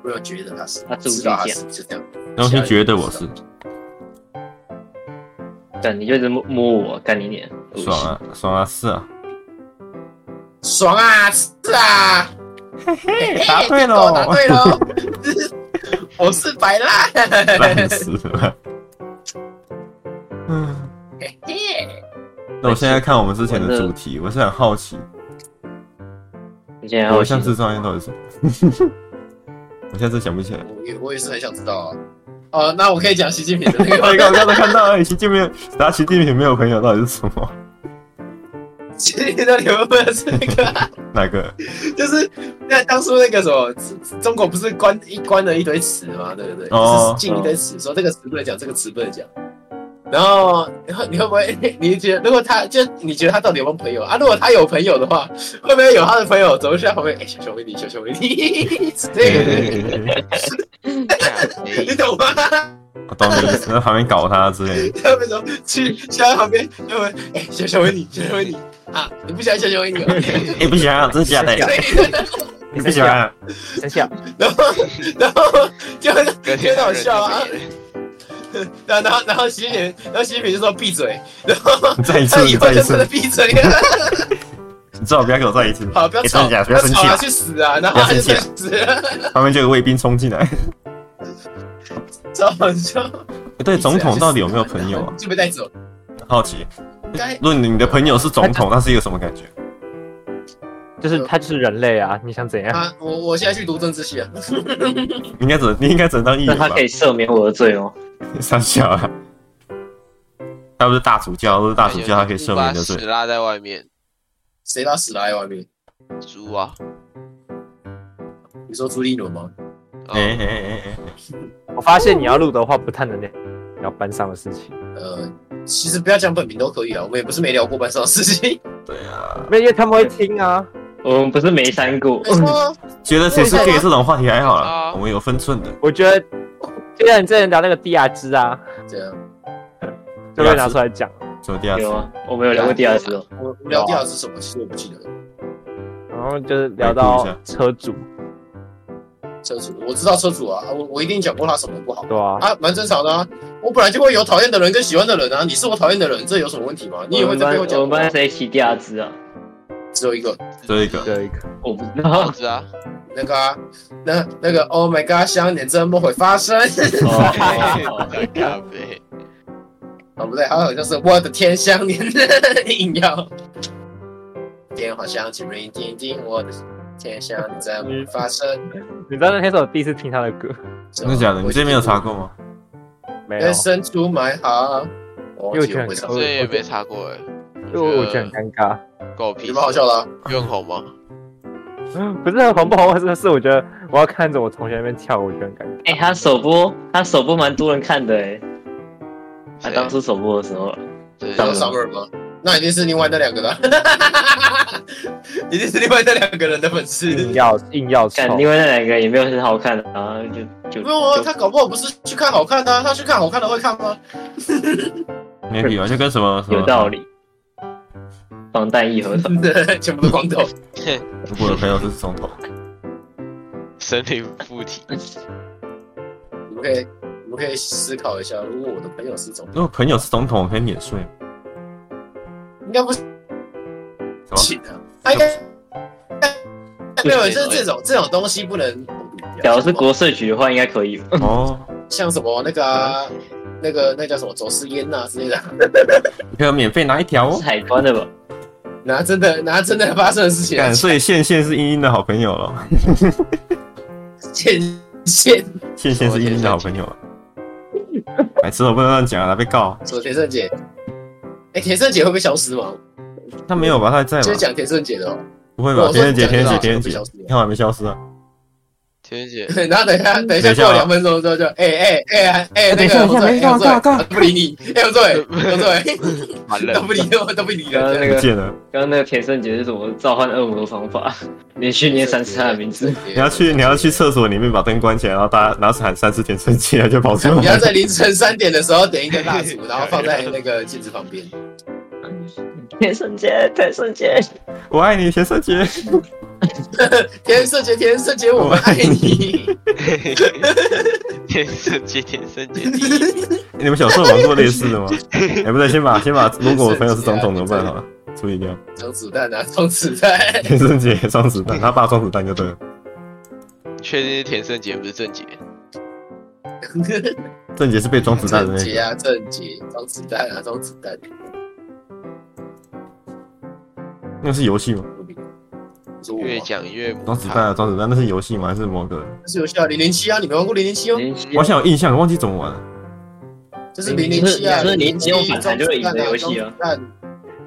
我没有觉得他是，他自己知道他是就这样。然后就觉得我是干你就一直摸摸我，干你脸，恶心爽啊，爽啊，是啊，爽啊，是啊，嘿，答对我答喽， 对 喽，我是白烂，烂死了。嗯，那我现在看我们之前的主题，我是很好奇，你现在我好像像智障一样到底是什么？我现在真想不起来。我也我也是很想知道啊。哦，那我可以讲习近平的那个我哦刚刚才看到，哎，习近平拿习近平没有朋友到底是什么？ 习近平的有没有是那个啊、哪个？就是那当初那个什么，中中国不是关一关了一堆词嘛，对不对？哦就是禁一堆词，说这个词不能讲，这个词不能讲。然后，然后你会不会？ 你觉得如果他就你觉得他到底有没有朋友啊？如果他有朋友的话，会不会有他的朋友走过去在旁边？哎、小熊维尼，小熊维尼，这个你懂吗？ 我哦懂你意思，在旁边搞他之类的。他们说去去他旁边，他们哎、小熊维尼，小熊维尼啊，你不喜欢小熊维尼吗？哎，不行啊，真的假的？你不喜欢啊？真相。 然后，然后就很隔就天很好笑啊。 然后然后然后习近平，然后习近平就说闭嘴，然后你再一他 次，以你后再一就真的次，闭嘴。 你最好不要给我再一次。好，不要哎真吵，的假的不不要要生吵气啊啊，！去死啊！然后他就真的死了， 旁边就有个卫兵冲进来。超好笑。哎对，总统到底有没有朋友啊？就被带走，哎好奇，啊应该如果你的朋友是总哎统，那是一个什么感觉？就是他就是人类啊，你想怎样？啊，我我现在去读政治系啊。你应该只能，你应该只能当议那员他吧可？以赦免我的罪哦吗？上校啊，他不是大主教，都是大主哎教，他可以赦免的罪把屎。拉在外面，谁拉屎拉在外面？猪啊！你说朱立伦吗？哦哎哎哎哎哎，我发现你要录的话不太能聊聊班上的事情，啊呃，其实不要讲本名都可以啊，我们也不是没聊过班上的事情。对啊，没有因为他们会听啊。我们不是没删过，没错，觉得谁是 gay 这种话题还好啦，啊我们有分寸的。我觉得就像你之前聊那个迪亚兹啊， 这样就啊会拿出来讲。啊什么第二有啊次？吗？我没有聊过第二次哦。我我聊第二是什么？其实我不记得了。然后就是聊回顾一下到车主，车主，我知道车主啊，我我一定讲过他什么不好。对吧、啊，蛮正常的啊。我本来就会有讨厌的人跟喜欢的人啊。你是我讨厌的人，这有什么问题吗？你也我会们在班背后讲我们班我。谁骑第二只啊？只有一个，最后一个最后一个我不知胖道，哦子啊，那个、啊、那那个 Oh my God，香点真梦会发生。哦，尴尬呗。哦，不对，还有就是我的天，香年 硬要。电话响起，ring 叮叮，我的天，香年真梦发生。你知道那天是我第一次听他的歌，真的假的？你这边有查过 吗？没有人，生出 my heart，我忘记哦我会唱我了，这也没查过哎，就我觉得很尴尬。 狗屁你们好笑了啊。又很红吗？不是红不红，是是我觉得我要看着我同学那边跳，我觉得很尴尬。 哎、他首播，他首播蛮多人看的哎。他当初首播的时候，对你说当对然 summer 吗？那一定是另外那两个了，一定是另外那两个人的粉丝。硬要硬要看凑，另外那两个也没有很好看的啊，就就没有啊，就他搞不好不是去看好看的啊、他去看好看的会看吗？没比啊，就跟什么什么有道理。防弹一合团，全部都光头，如果有朋友是总 统，森林附体，你们可以，你们可以思考一下，如果我的朋友是总，如果朋友是总统，我可以免税吗。应该不是什么？行的，他应该。哎没有，就是这种这种东西不能鼓励掉。假如是国税局的话，应该可以吧。哦，像什么那个啊那个那叫什么走私烟呐之类的，可以免费拿一条哦 是。啊海关的吧？拿真的拿真的发生的事情来 干，所以线线是茵茵的好朋友了，牵线。线线是茵茵的好朋友了。啊白痴，我不能乱讲啊，被告。什么田胜姐？哎，田胜姐会不会消失吗？他没有吧？他还在就是吗？讲田胜姐的哦。 不会吧？我说田仁姐，你田仁讲的姐，田仁啊姐我不消失，看我还没消失啊？天姐，然后等一下，等一下等一下过啊两分钟之后就，哎哎哎哎，那等一个下我说，等哎一下我没事干说干不理你，哎我说，我说，完都了，不理我，都不理刚刚了。那不个，见了。刚刚那个田胜杰是什么召唤恶魔的方法？ 连续念三次他的名字。你你要去，你要去，厕所里面把灯关起来，然后大家拿喊三次田胜杰，他就跑出 来。你要在凌晨三点的时候点一根蜡烛，然后放在那个镜子旁边。田胜杰，田胜杰， 我爱你，田 胜杰。田胜杰，田胜杰，我们爱你。 天圣节，天圣节第一，你们小时候玩过 类似的吗？哎、不对，先把先把，如果我朋友是总统怎么办好了？处理掉。装子弹啊，装子弹。田胜杰双子弹，他爸双子弹就对了。确定是田圣杰不是正杰？郑杰是被装子弹正的那杰个。啊，正杰，装子弹啊，装子弹。那是游戏吗？你说我越吗？讲越母装子弹汤。啊，装子弹，那是游戏吗？还是某个？这是游戏啊，零零七啊，你没玩过零零七哦？我好像有印象，忘记怎么玩了。就是零零七啊，就是你007你用反弹就会赢的游戏啊。装子弹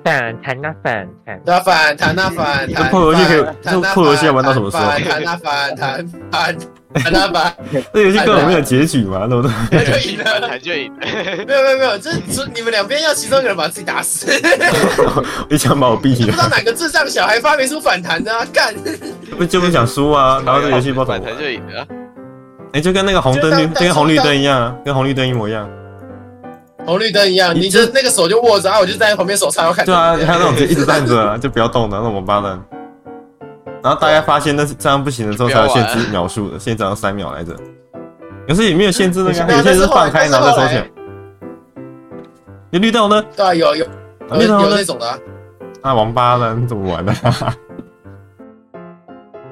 反弹啊反弹，对啊，反弹啊反弹，这破游戏可以弹啊这破游戏要玩到什么时候反弹啊反弹，反弹啊反弹，这游戏根本没有结局嘛， 对不对？那就赢了。他就赢了，没有没有没有，这是你们两边要其中一个人把自己打死，你想把我逼 不知道了，哪个智障小孩发明出反弹的啊，干！不就不想 输啊？然后这游戏不知道反怎么弹玩。就赢了。哎、就跟那个红灯绿，就跟红绿灯一样啊，跟红绿灯一模一样。红绿灯一样，你你这就那个手就握着，然后我就站在旁边手叉腰看。对啊，还有那种就一直站 着、啊，就不要动的那种王八蛋。然后大家发现那是这样不行的时候，才有限制秒数的，现在只要三秒来着。可是也没有限制那个啊，对啊有些是哎放开但是然后后来再收起来。你绿灯呢？对啊，有有啊有绿灯有那呢？种的啊，啊，王八蛋，你怎么 玩的、啊？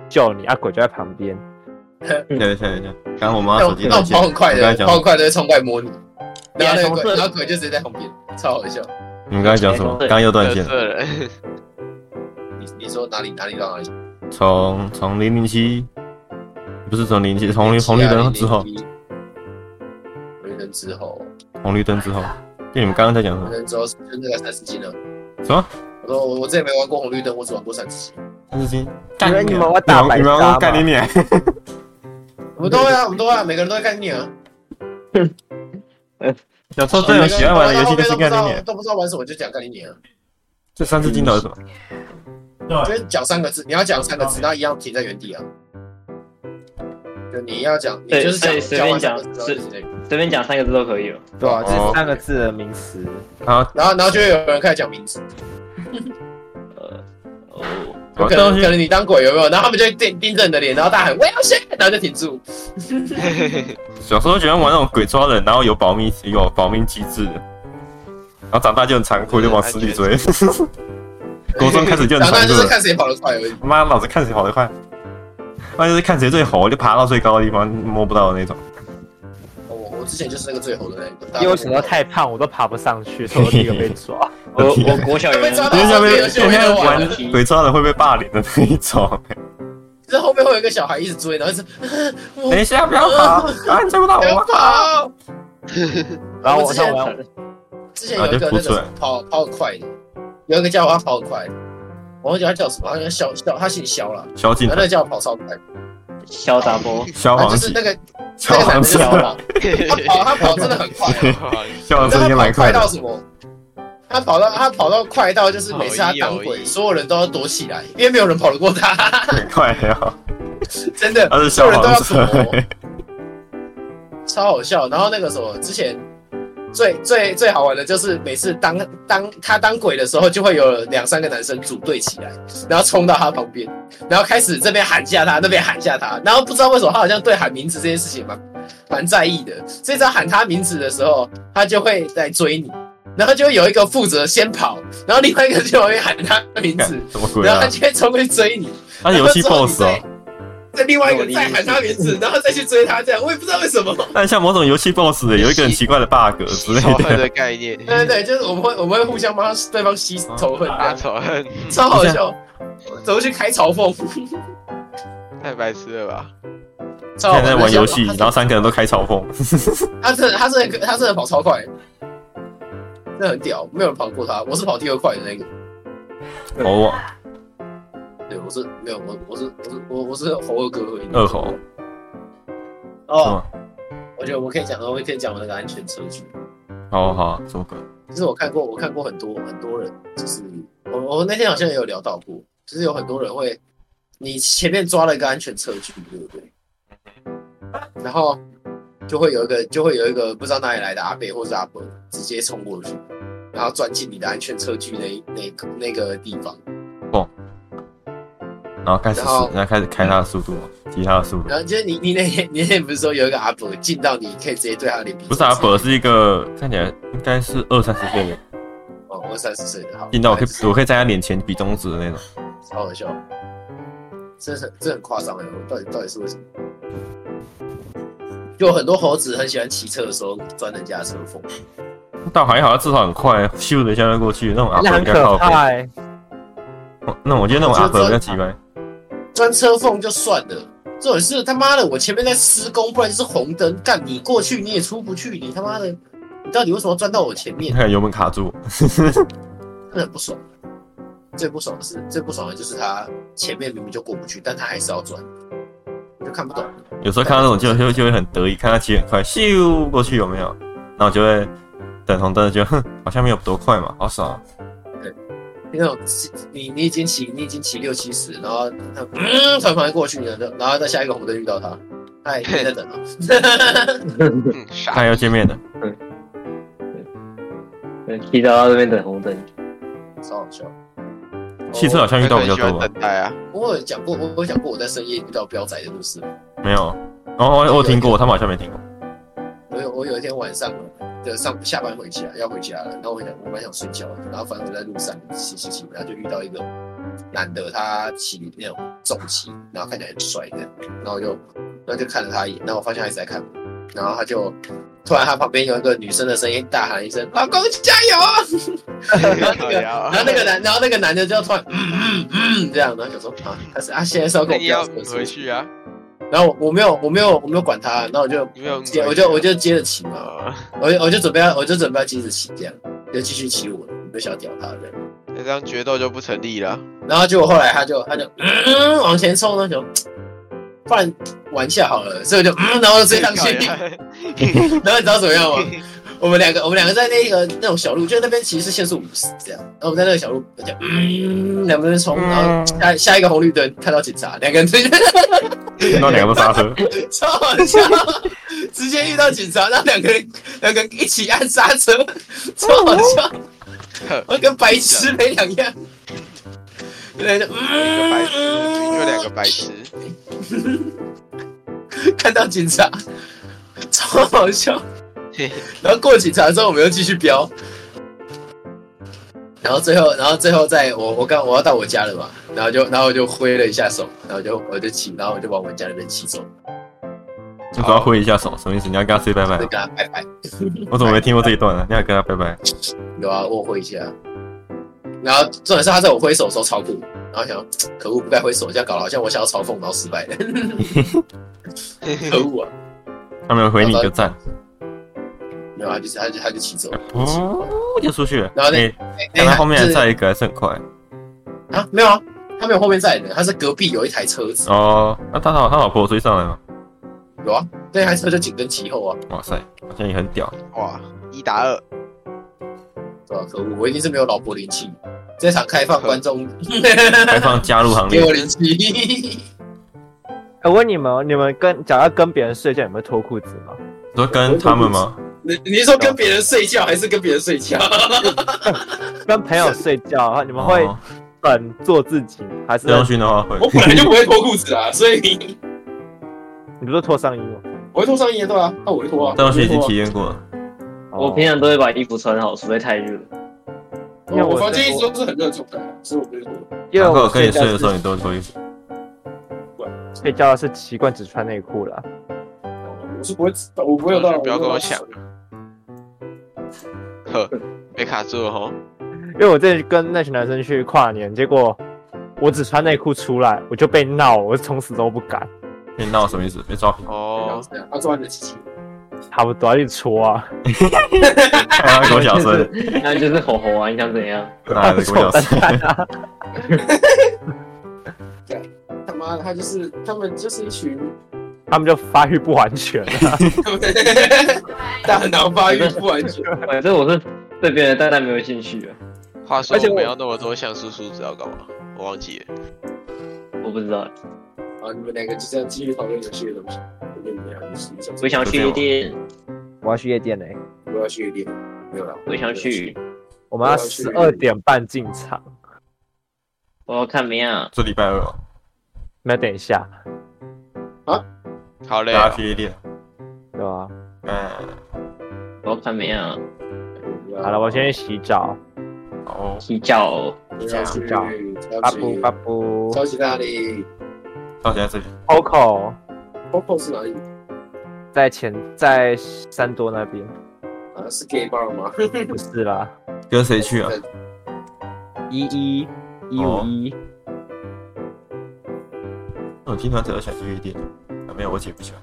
救你，阿狗就在旁边。等一下，等一下，刚刚我妈那手种机那断种线，跑很快哎我刚才的，讲跑很快的会冲过来摸你，然后那对个啊鬼，同事然后鬼就直接在旁边，超好笑。你们刚才讲什么？刚刚又断线得了。瑟了， 你你说哪里哪里到哪里？从从零零七，不是从零七，从红绿灯之后，红绿灯之后，红绿灯之后，就你们刚刚在讲什红么绿？灯之后是就那个三十斤了。什么？我说我我之前没玩过红绿灯，我只玩过三十斤。三十斤？你你们你娘们我打你们白你们搭要干你吧脸！我们都会啊，我们都会啊，每个人都会干你啊。 小时候最有哦啊喜欢玩的游戏就是每干个人你啊都不知道都脸。不知道玩什么就讲干你娘。这三字经到底是什么？就是讲三个字，你要讲三个字，然后一样停在原地啊。就你要讲，你对就是讲对随讲便完三讲个字之后就停在原地，随便讲三个字都可以哦。对啊，就是哦三个字的名词。好，然后然后就会有人开始讲名字，呃，哦，就可能可能你当鬼有没有？然后他们就会盯盯着你的脸，然后大喊我要血，然后就停住。小时候喜欢玩那种鬼抓人，然后有保密有保命机制的，然后长大就很残嗯酷，就往死里追。 国中开始就很啊然后残酷就是了，看谁跑得快而已。妈老子看谁跑得快。那就是看谁最猴，就爬到最高的地方摸不到的那种。我哦我之前就是那个最猴的那个，因为我想到太胖，我都爬不上去，所以我第一个被抓。我我国小有人被抓到因为下对面而且现我在也玩玩鬼抓人会被霸凌的那一种。 这后面会有一个小孩一直追，然后一直我等一下，不要跑！啊，你追不到不要我！跑。然后我我之前上完，之前有一个啊就那不准个跑跑很快的，有一个叫他跑很快，我忘记他叫什么，好像小小，他姓肖了，萧敬然后腾那、叫跑超快，肖达波，萧啊，就煌是奇那、个 那萧个男煌的奇就、 跑，他跑他跑真的很快，萧煌你知道他奇已经跑蛮快快的到。什么？他跑到他跑到快到就是每次他当好意鬼，哦所有人都要躲起来，因为没有人跑得过他，很 快啊呀，真的，他是所有人消都防要车，躲。超好笑。然后那个什么，之前最最最好玩的就是每次当当他当鬼的时候，就会有两三个男生组队起来，然后冲到他旁边，然后开始这边喊吓他，那边喊吓他，然后不知道为什么他好像对喊名字这件事情蛮蛮在意的，所以只要喊他名字的时候，他就会来追你。然后就会有一个负责先跑，然后另外一个就会喊他的名字，什么鬼然后 啊他？就会冲过去追你。他是游戏 BOSS 然后之哦后，你再再另外一个再喊他名字， 然后再去追他，这样我也不知道为什么。但像某种游戏 BOSS 的有一个很奇怪的 bug 之类仇恨的，的概念，对对对，就是我们会我们会互相帮对方 吸仇恨，大仇恨，超好笑，走过去开嘲讽，太白痴了吧？超好玩 现在的玩游戏，他然后三个人都开嘲讽，他真的他真的他真的跑超快，真的很屌，没有人跑过他，我是跑第二快的那个。哦，对，我是没有我我是我是我我是猴二哥而已。二猴哦，我觉得我们可以讲，我们可以讲我那个安全车距。哦好，什么鬼？其实我看过，我看过很多很多人，就是我我那天好像也有聊到过，就是有很多人会，你前面抓了一个安全车距，对不对？然后就会有一个就会有一个不知道哪里来的阿北或者阿伯直接冲过去，然后钻进你的安全车距那一那个那个地方，然后开始然后然后开始开他的速度，提他的速度，然后就是你你那天你那天不是说有一个阿伯进到你可以直接对他的脸皮，不是阿伯，是一个看起来应该是二三十岁的，哦，我三十岁的，好，进到我可以还是我可以在他脸前比中指的那种，超好笑，这很这很夸张哎！我到底到底是为什么？有很多猴子很喜欢骑车的时候钻人家的车缝，倒还好，他至少很快，咻的一啊下就过去，那种阿那伯很比较靠可背，怕、欸。哦那我觉得那种阿伯比较奇怪。钻车缝就算了，这种是他妈的，我前面在施工，不然就是红灯，干你过去你也出不去，你他妈的，你到底为什么要钻到我前面？看油门卡住，真的很不爽。最不爽的是，最不爽的就是他前面明明就过不去，但他还是要钻，我就看不懂。有时候看到那种就就就会很得意，看他骑很快，咻过去有没有？然后就会等红灯，就哼，好像没有多快嘛，好爽啊。那种你你已经骑你已经骑六七十，然后他嗯从旁边过去，然后然后在下一个红灯遇到他，他也在等啊了。嗯， 看傻要见面的，踢到那边等红灯，超好笑。汽车好像遇到比较喜欢多吧？等待啊，我我有讲过，我我有讲过我在深夜遇到彪仔的故事。没有，哦，我我听过，他们好像没听过。我有我有一天晚上的上下班回家要回家了，然后我想我蛮想睡觉的，然后反正我在路上骑骑骑，然后就遇到一个男的，他骑那种重机，然后看起来很帅的，然后我就然后就看了他一眼，然后我发现他一直在看我，然后他就突然他旁边有一个女生的声音大喊一声“老公加油”，然后那个然后那个男然后那个男的就突然嗯嗯嗯这样，然后想说啊，他是啊现在是要跟我那你要飙你车回是不是，去啊，然后我我没有我没有我没有管他，然后我就你没有接我就我就接着骑嘛。呃，我就我就准备要，我就准备要接着骑这样，就继续骑我的，我就想屌他这样。那这样决斗就不成立了，然后结果后来他就他就、嗯、往前冲，那就不然玩一下好了，所以我就嗯，然后就追上去， 然后你知道怎么样吗？我们两个我们两个在那个那种小路，就那边其实是限速五十这样，然后我们在那个小路就嗯，两个人冲，然后下下一个红绿灯看到警察，两个人追，那两个都 刹车，超好笑， 直接遇到警察，然后两个人两个人一起按刹车，超好笑。 我跟白痴没两样。对，就一个白痴，嗯， 就两个白痴，看到警察，超好 笑。嘿然后过警察之后，我们又继续飙。然后最后，然后最后在我我刚我要到我家了嘛，然后就然后我就挥了一下手，然后就我就骑，然后我就往我家那边骑走，你只要挥一下手，什么意思？你要跟他 say 拜拜就？跟他拜拜。我怎么没听过这一段呢？你要跟他拜拜？有啊，我挥一下。然后重点是他在我挥手的时候超酷，然后想说可恶不该挥手，这样搞得好像我想要嘲讽然后失 败了，可恶啊！他没有回你一个赞。没有啊，就是他就他就骑走了。哦，又出去了。然后那哎看他他后面还载一个，还是很快。啊？没有啊，他没有后面载人，他是隔壁有一台车子，哦，那他老他老婆追上来吗？有啊，那台车就紧跟其后啊，哇塞，好像也很 屌。哇，一打二，对啊吧、可恶，我一定是没有老婆灵气，这场开放观众 开放加入行给列我，灵气，我问你们哦，你们跟假如要跟别人睡觉，有没有脱裤子吗？你说跟他们吗？你你是说跟别人睡觉还是跟别人睡觉？跟朋友睡觉，你我们会很做自己，还是哦这样训的话会我本来就不会脱裤子啊，所以你不是脱上衣吗？ 我会脱上衣的对啊，那我会脱啊，这样训已经我会脱啊体验过了。哦哦我平常都会把衣服穿好，除非太热。因为我我房间在一直都是很热的状态啊，所以我不会脱。 因为难怪我啊我跟你睡的时候，睡你都会脱衣服。觉是睡觉是习惯只穿内裤了。我是不会，我不会有到。哦不要跟我抢呵，被卡住哦了吼。因为我之前跟那群男生去跨年，结果我只穿内裤出来，我就被闹，我从此都不敢，你闹什么意思？被 抓，哦，他做完的事情，差不多要去戳啊。哎看他狗小声， 哎那就是吼吼啊，你想怎样？哪来的狗小声？他妈的，他就是他们就是一群，他们就发育不完全了，他们大脑发育不完全。反正我是对别人的蛋蛋没有兴趣啊，话说而且我们我要那么多像素数字要干嘛？我忘记了。我不知道。好，你们两个就这样继续讨论有趣的东西。你们俩就是一种我想去夜店， 我要去夜店嘞、我要去夜店，没有了。我想去，我们要十二点半进场。我要看梅亚。这礼拜二哦，那等一下，好哦啊嘞， 大家去夜店。对啊吧、嗯，我要看梅亚好了，我先去洗澡。好哦，洗脚哦，我要去，巴要布去巴，布超级大力到现在这里， ，Coco ，Popo 是哪里？在前在三多那边，啊，是 gay bar 吗？不是啦，跟谁去啊？哦一一一五一，我听团只要想去夜店，啊没有，我姐不喜欢。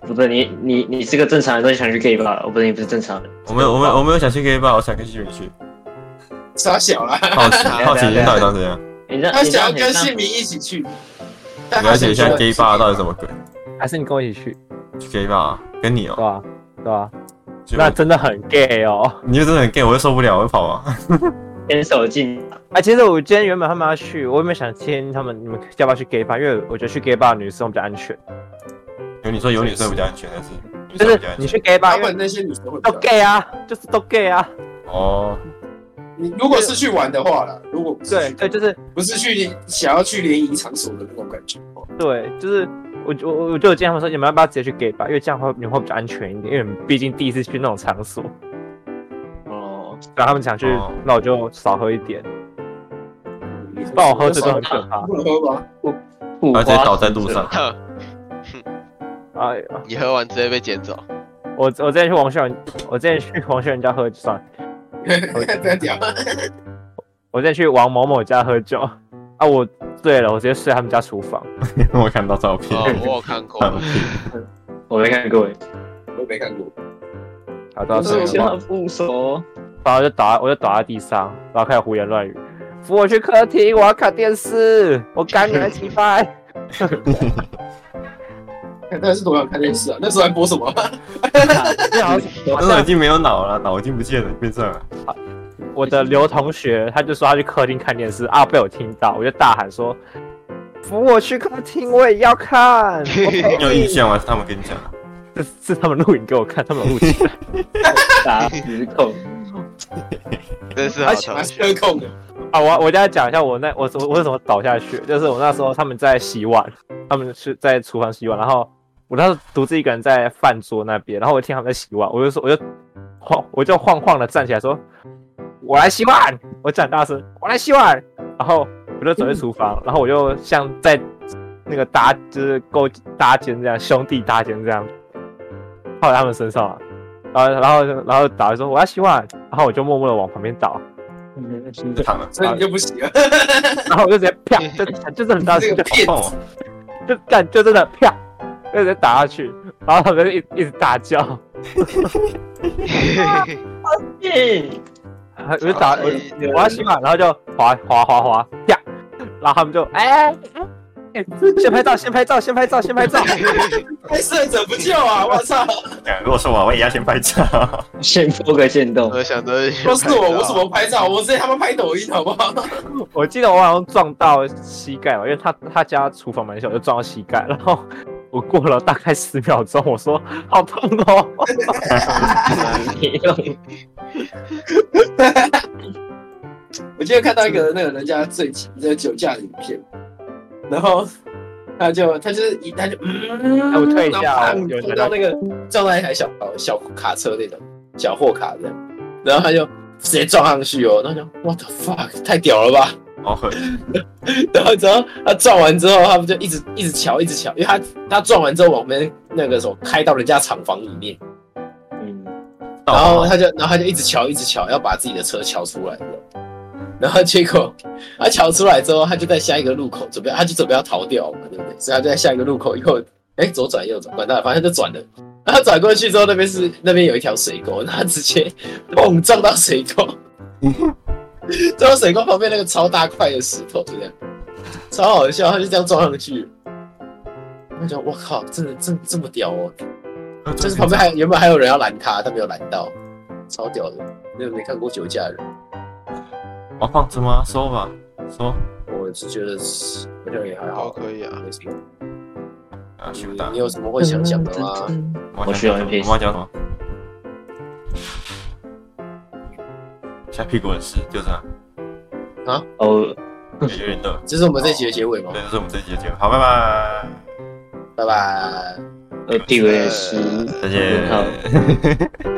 不不对，你你你是个正常人都想去 gay 吧？我不是你不是正常人，我没有，我没 有，我没有想去 gay bar，我想跟新宇去。 傻小啦，好 奇，好奇今等一下天到底长怎 样？你这他样你这想样要跟很姓像名一起去，了解一下 gay bar 到底什么？么鬼？还是你跟我一起去，去 gay bar 啊跟你哦对、吧、对啊吧、就那真的很 gay 哦。你就真的很 gay，我就受不了，我就跑啊。 牵手进哎、其实我今天原本他们要去，我原本想听他们你们要不要去 gay bar，因为我觉得去 gay bar 的女生比较安全，有你说有女生比较安全，还是女就生是比较安你全？去 gay 他 bar，因为们那些女生会比都较 gay 啊，就是都 gay 啊，哦，你如果是去玩的话啦，如果不是对去对，就是不是去想要去联谊场所的那种感觉的哦话，对，就是我我我我就有建议他们说，你们要不要直接去 gay 吧？因为这样会你们会比较安全一点，因为你们毕竟第一次去那种场所，哦，然后他们想去，哦那我就少喝一点。不不好喝这都很可怕不能喝吗？不然后直接倒在路上。呵，哎呀，你喝完直接被 捡走。我我之前去王秀仁，我之前去王秀仁家喝酒，算了， 不要屌，我之前去王某某家喝酒啊，我醉了，我直接睡他们家厨房。 我看到照片，哦，我有看过，放屁我没看过，我没看过。好，到这睡个了是，要不 熟，然后就倒在，我就倒在地上，然后开始胡言乱语，扶我去客厅，我要看电视，我赶你来吃饭。那是多想看电视啊，那时候还播什么？这好像 那时候已经没有脑了，脑已经不见了，变这 样了。我的刘同学，他就说他去客厅看电视啊，被我听到，我就大喊说：“扶我去客厅，我也要看。我陪你有印你象吗？是他们跟你讲的，”这是他们录影给我看，他们有录起来。打失控， 真是好还喜同欢学失。控的，啊，我我再讲一下我那我我为什么倒下去，就是我那时候他们在洗碗，他们是在厨房洗碗，然后我那时候独自一个人在饭桌那边，然后我听他们在洗碗，我就说我就晃我就晃晃的站起来说，我来洗碗，我讲大声，我来洗碗，然后我就走去厨房，然后我就像在那个搭就是勾搭肩这样，兄弟搭肩这样，泡在他们身上啊，然后然后然后打说我要洗碗，然后我就默默的往旁边倒，就躺了，所以你就不行了，然后我就直接啪， 就就是很大这声个啊就骗好棒哦子！就干就真的啪，就直接打下去，然后他们就一一直大叫，我就打我我要洗碗，然后就滑滑滑滑啪，然后他们就哎。哎哎先拍照，先拍照，先拍照，先拍 照。拍摄者不救啊！我 操，干如果是我，我也要先拍照。 先破个线洞， 我想着 都是我，我怎么拍照？我直接他妈拍抖音好不好？我记得我好像撞到膝盖吧，因为他他家厨房蛮小，我就撞到膝盖，然后我过了大概十秒钟，我说好痛哦，你弄我今天看到一个那个人家醉酒那个酒驾的影片，然后他就他就是一他就嗯，哎我退一下然哦后有砰撞人到那个撞到一台小小卡车那种小货卡这样，然后他就直接撞上去哦，然后就 what the fuck 太屌了吧！ 哦，呵然后之后他撞完之后，他们就一直一直瞧一直瞧，因为他他撞完之后往边那个什么开到人家厂房里面，嗯，到然后了他就，然后他就一直瞧，一直瞧，要把自己的车瞧出来这样然后结果 他瞧出来之后，他就在下一个路口准备，他就准备要逃掉嘛，对不对？所以他就在下一个路口又，哎，左转右转，管他，反正就转了。然后转过去之后，那边是那边有一条水沟，然后他直接砰撞到水沟，撞到水沟旁边那个超大块的石头，就这样，超好笑，他就这样撞上去。我就想我靠，真的这这么屌哦！就是旁边还原本还有人要拦他，他没有拦到，超屌的。没有没看过酒驾的人，我放着吗？说吧，说我是觉得是好像也还好好。可以啊，没什么啊，修你蛋你。有什么会想讲的吗？我需要 NPC 我要讲什么？现在屁股很湿，就这样，哦，有点热。这是我们这集的结尾吗对，？这是我们这期的节目，好，拜拜，拜拜。呃，地位是再见好。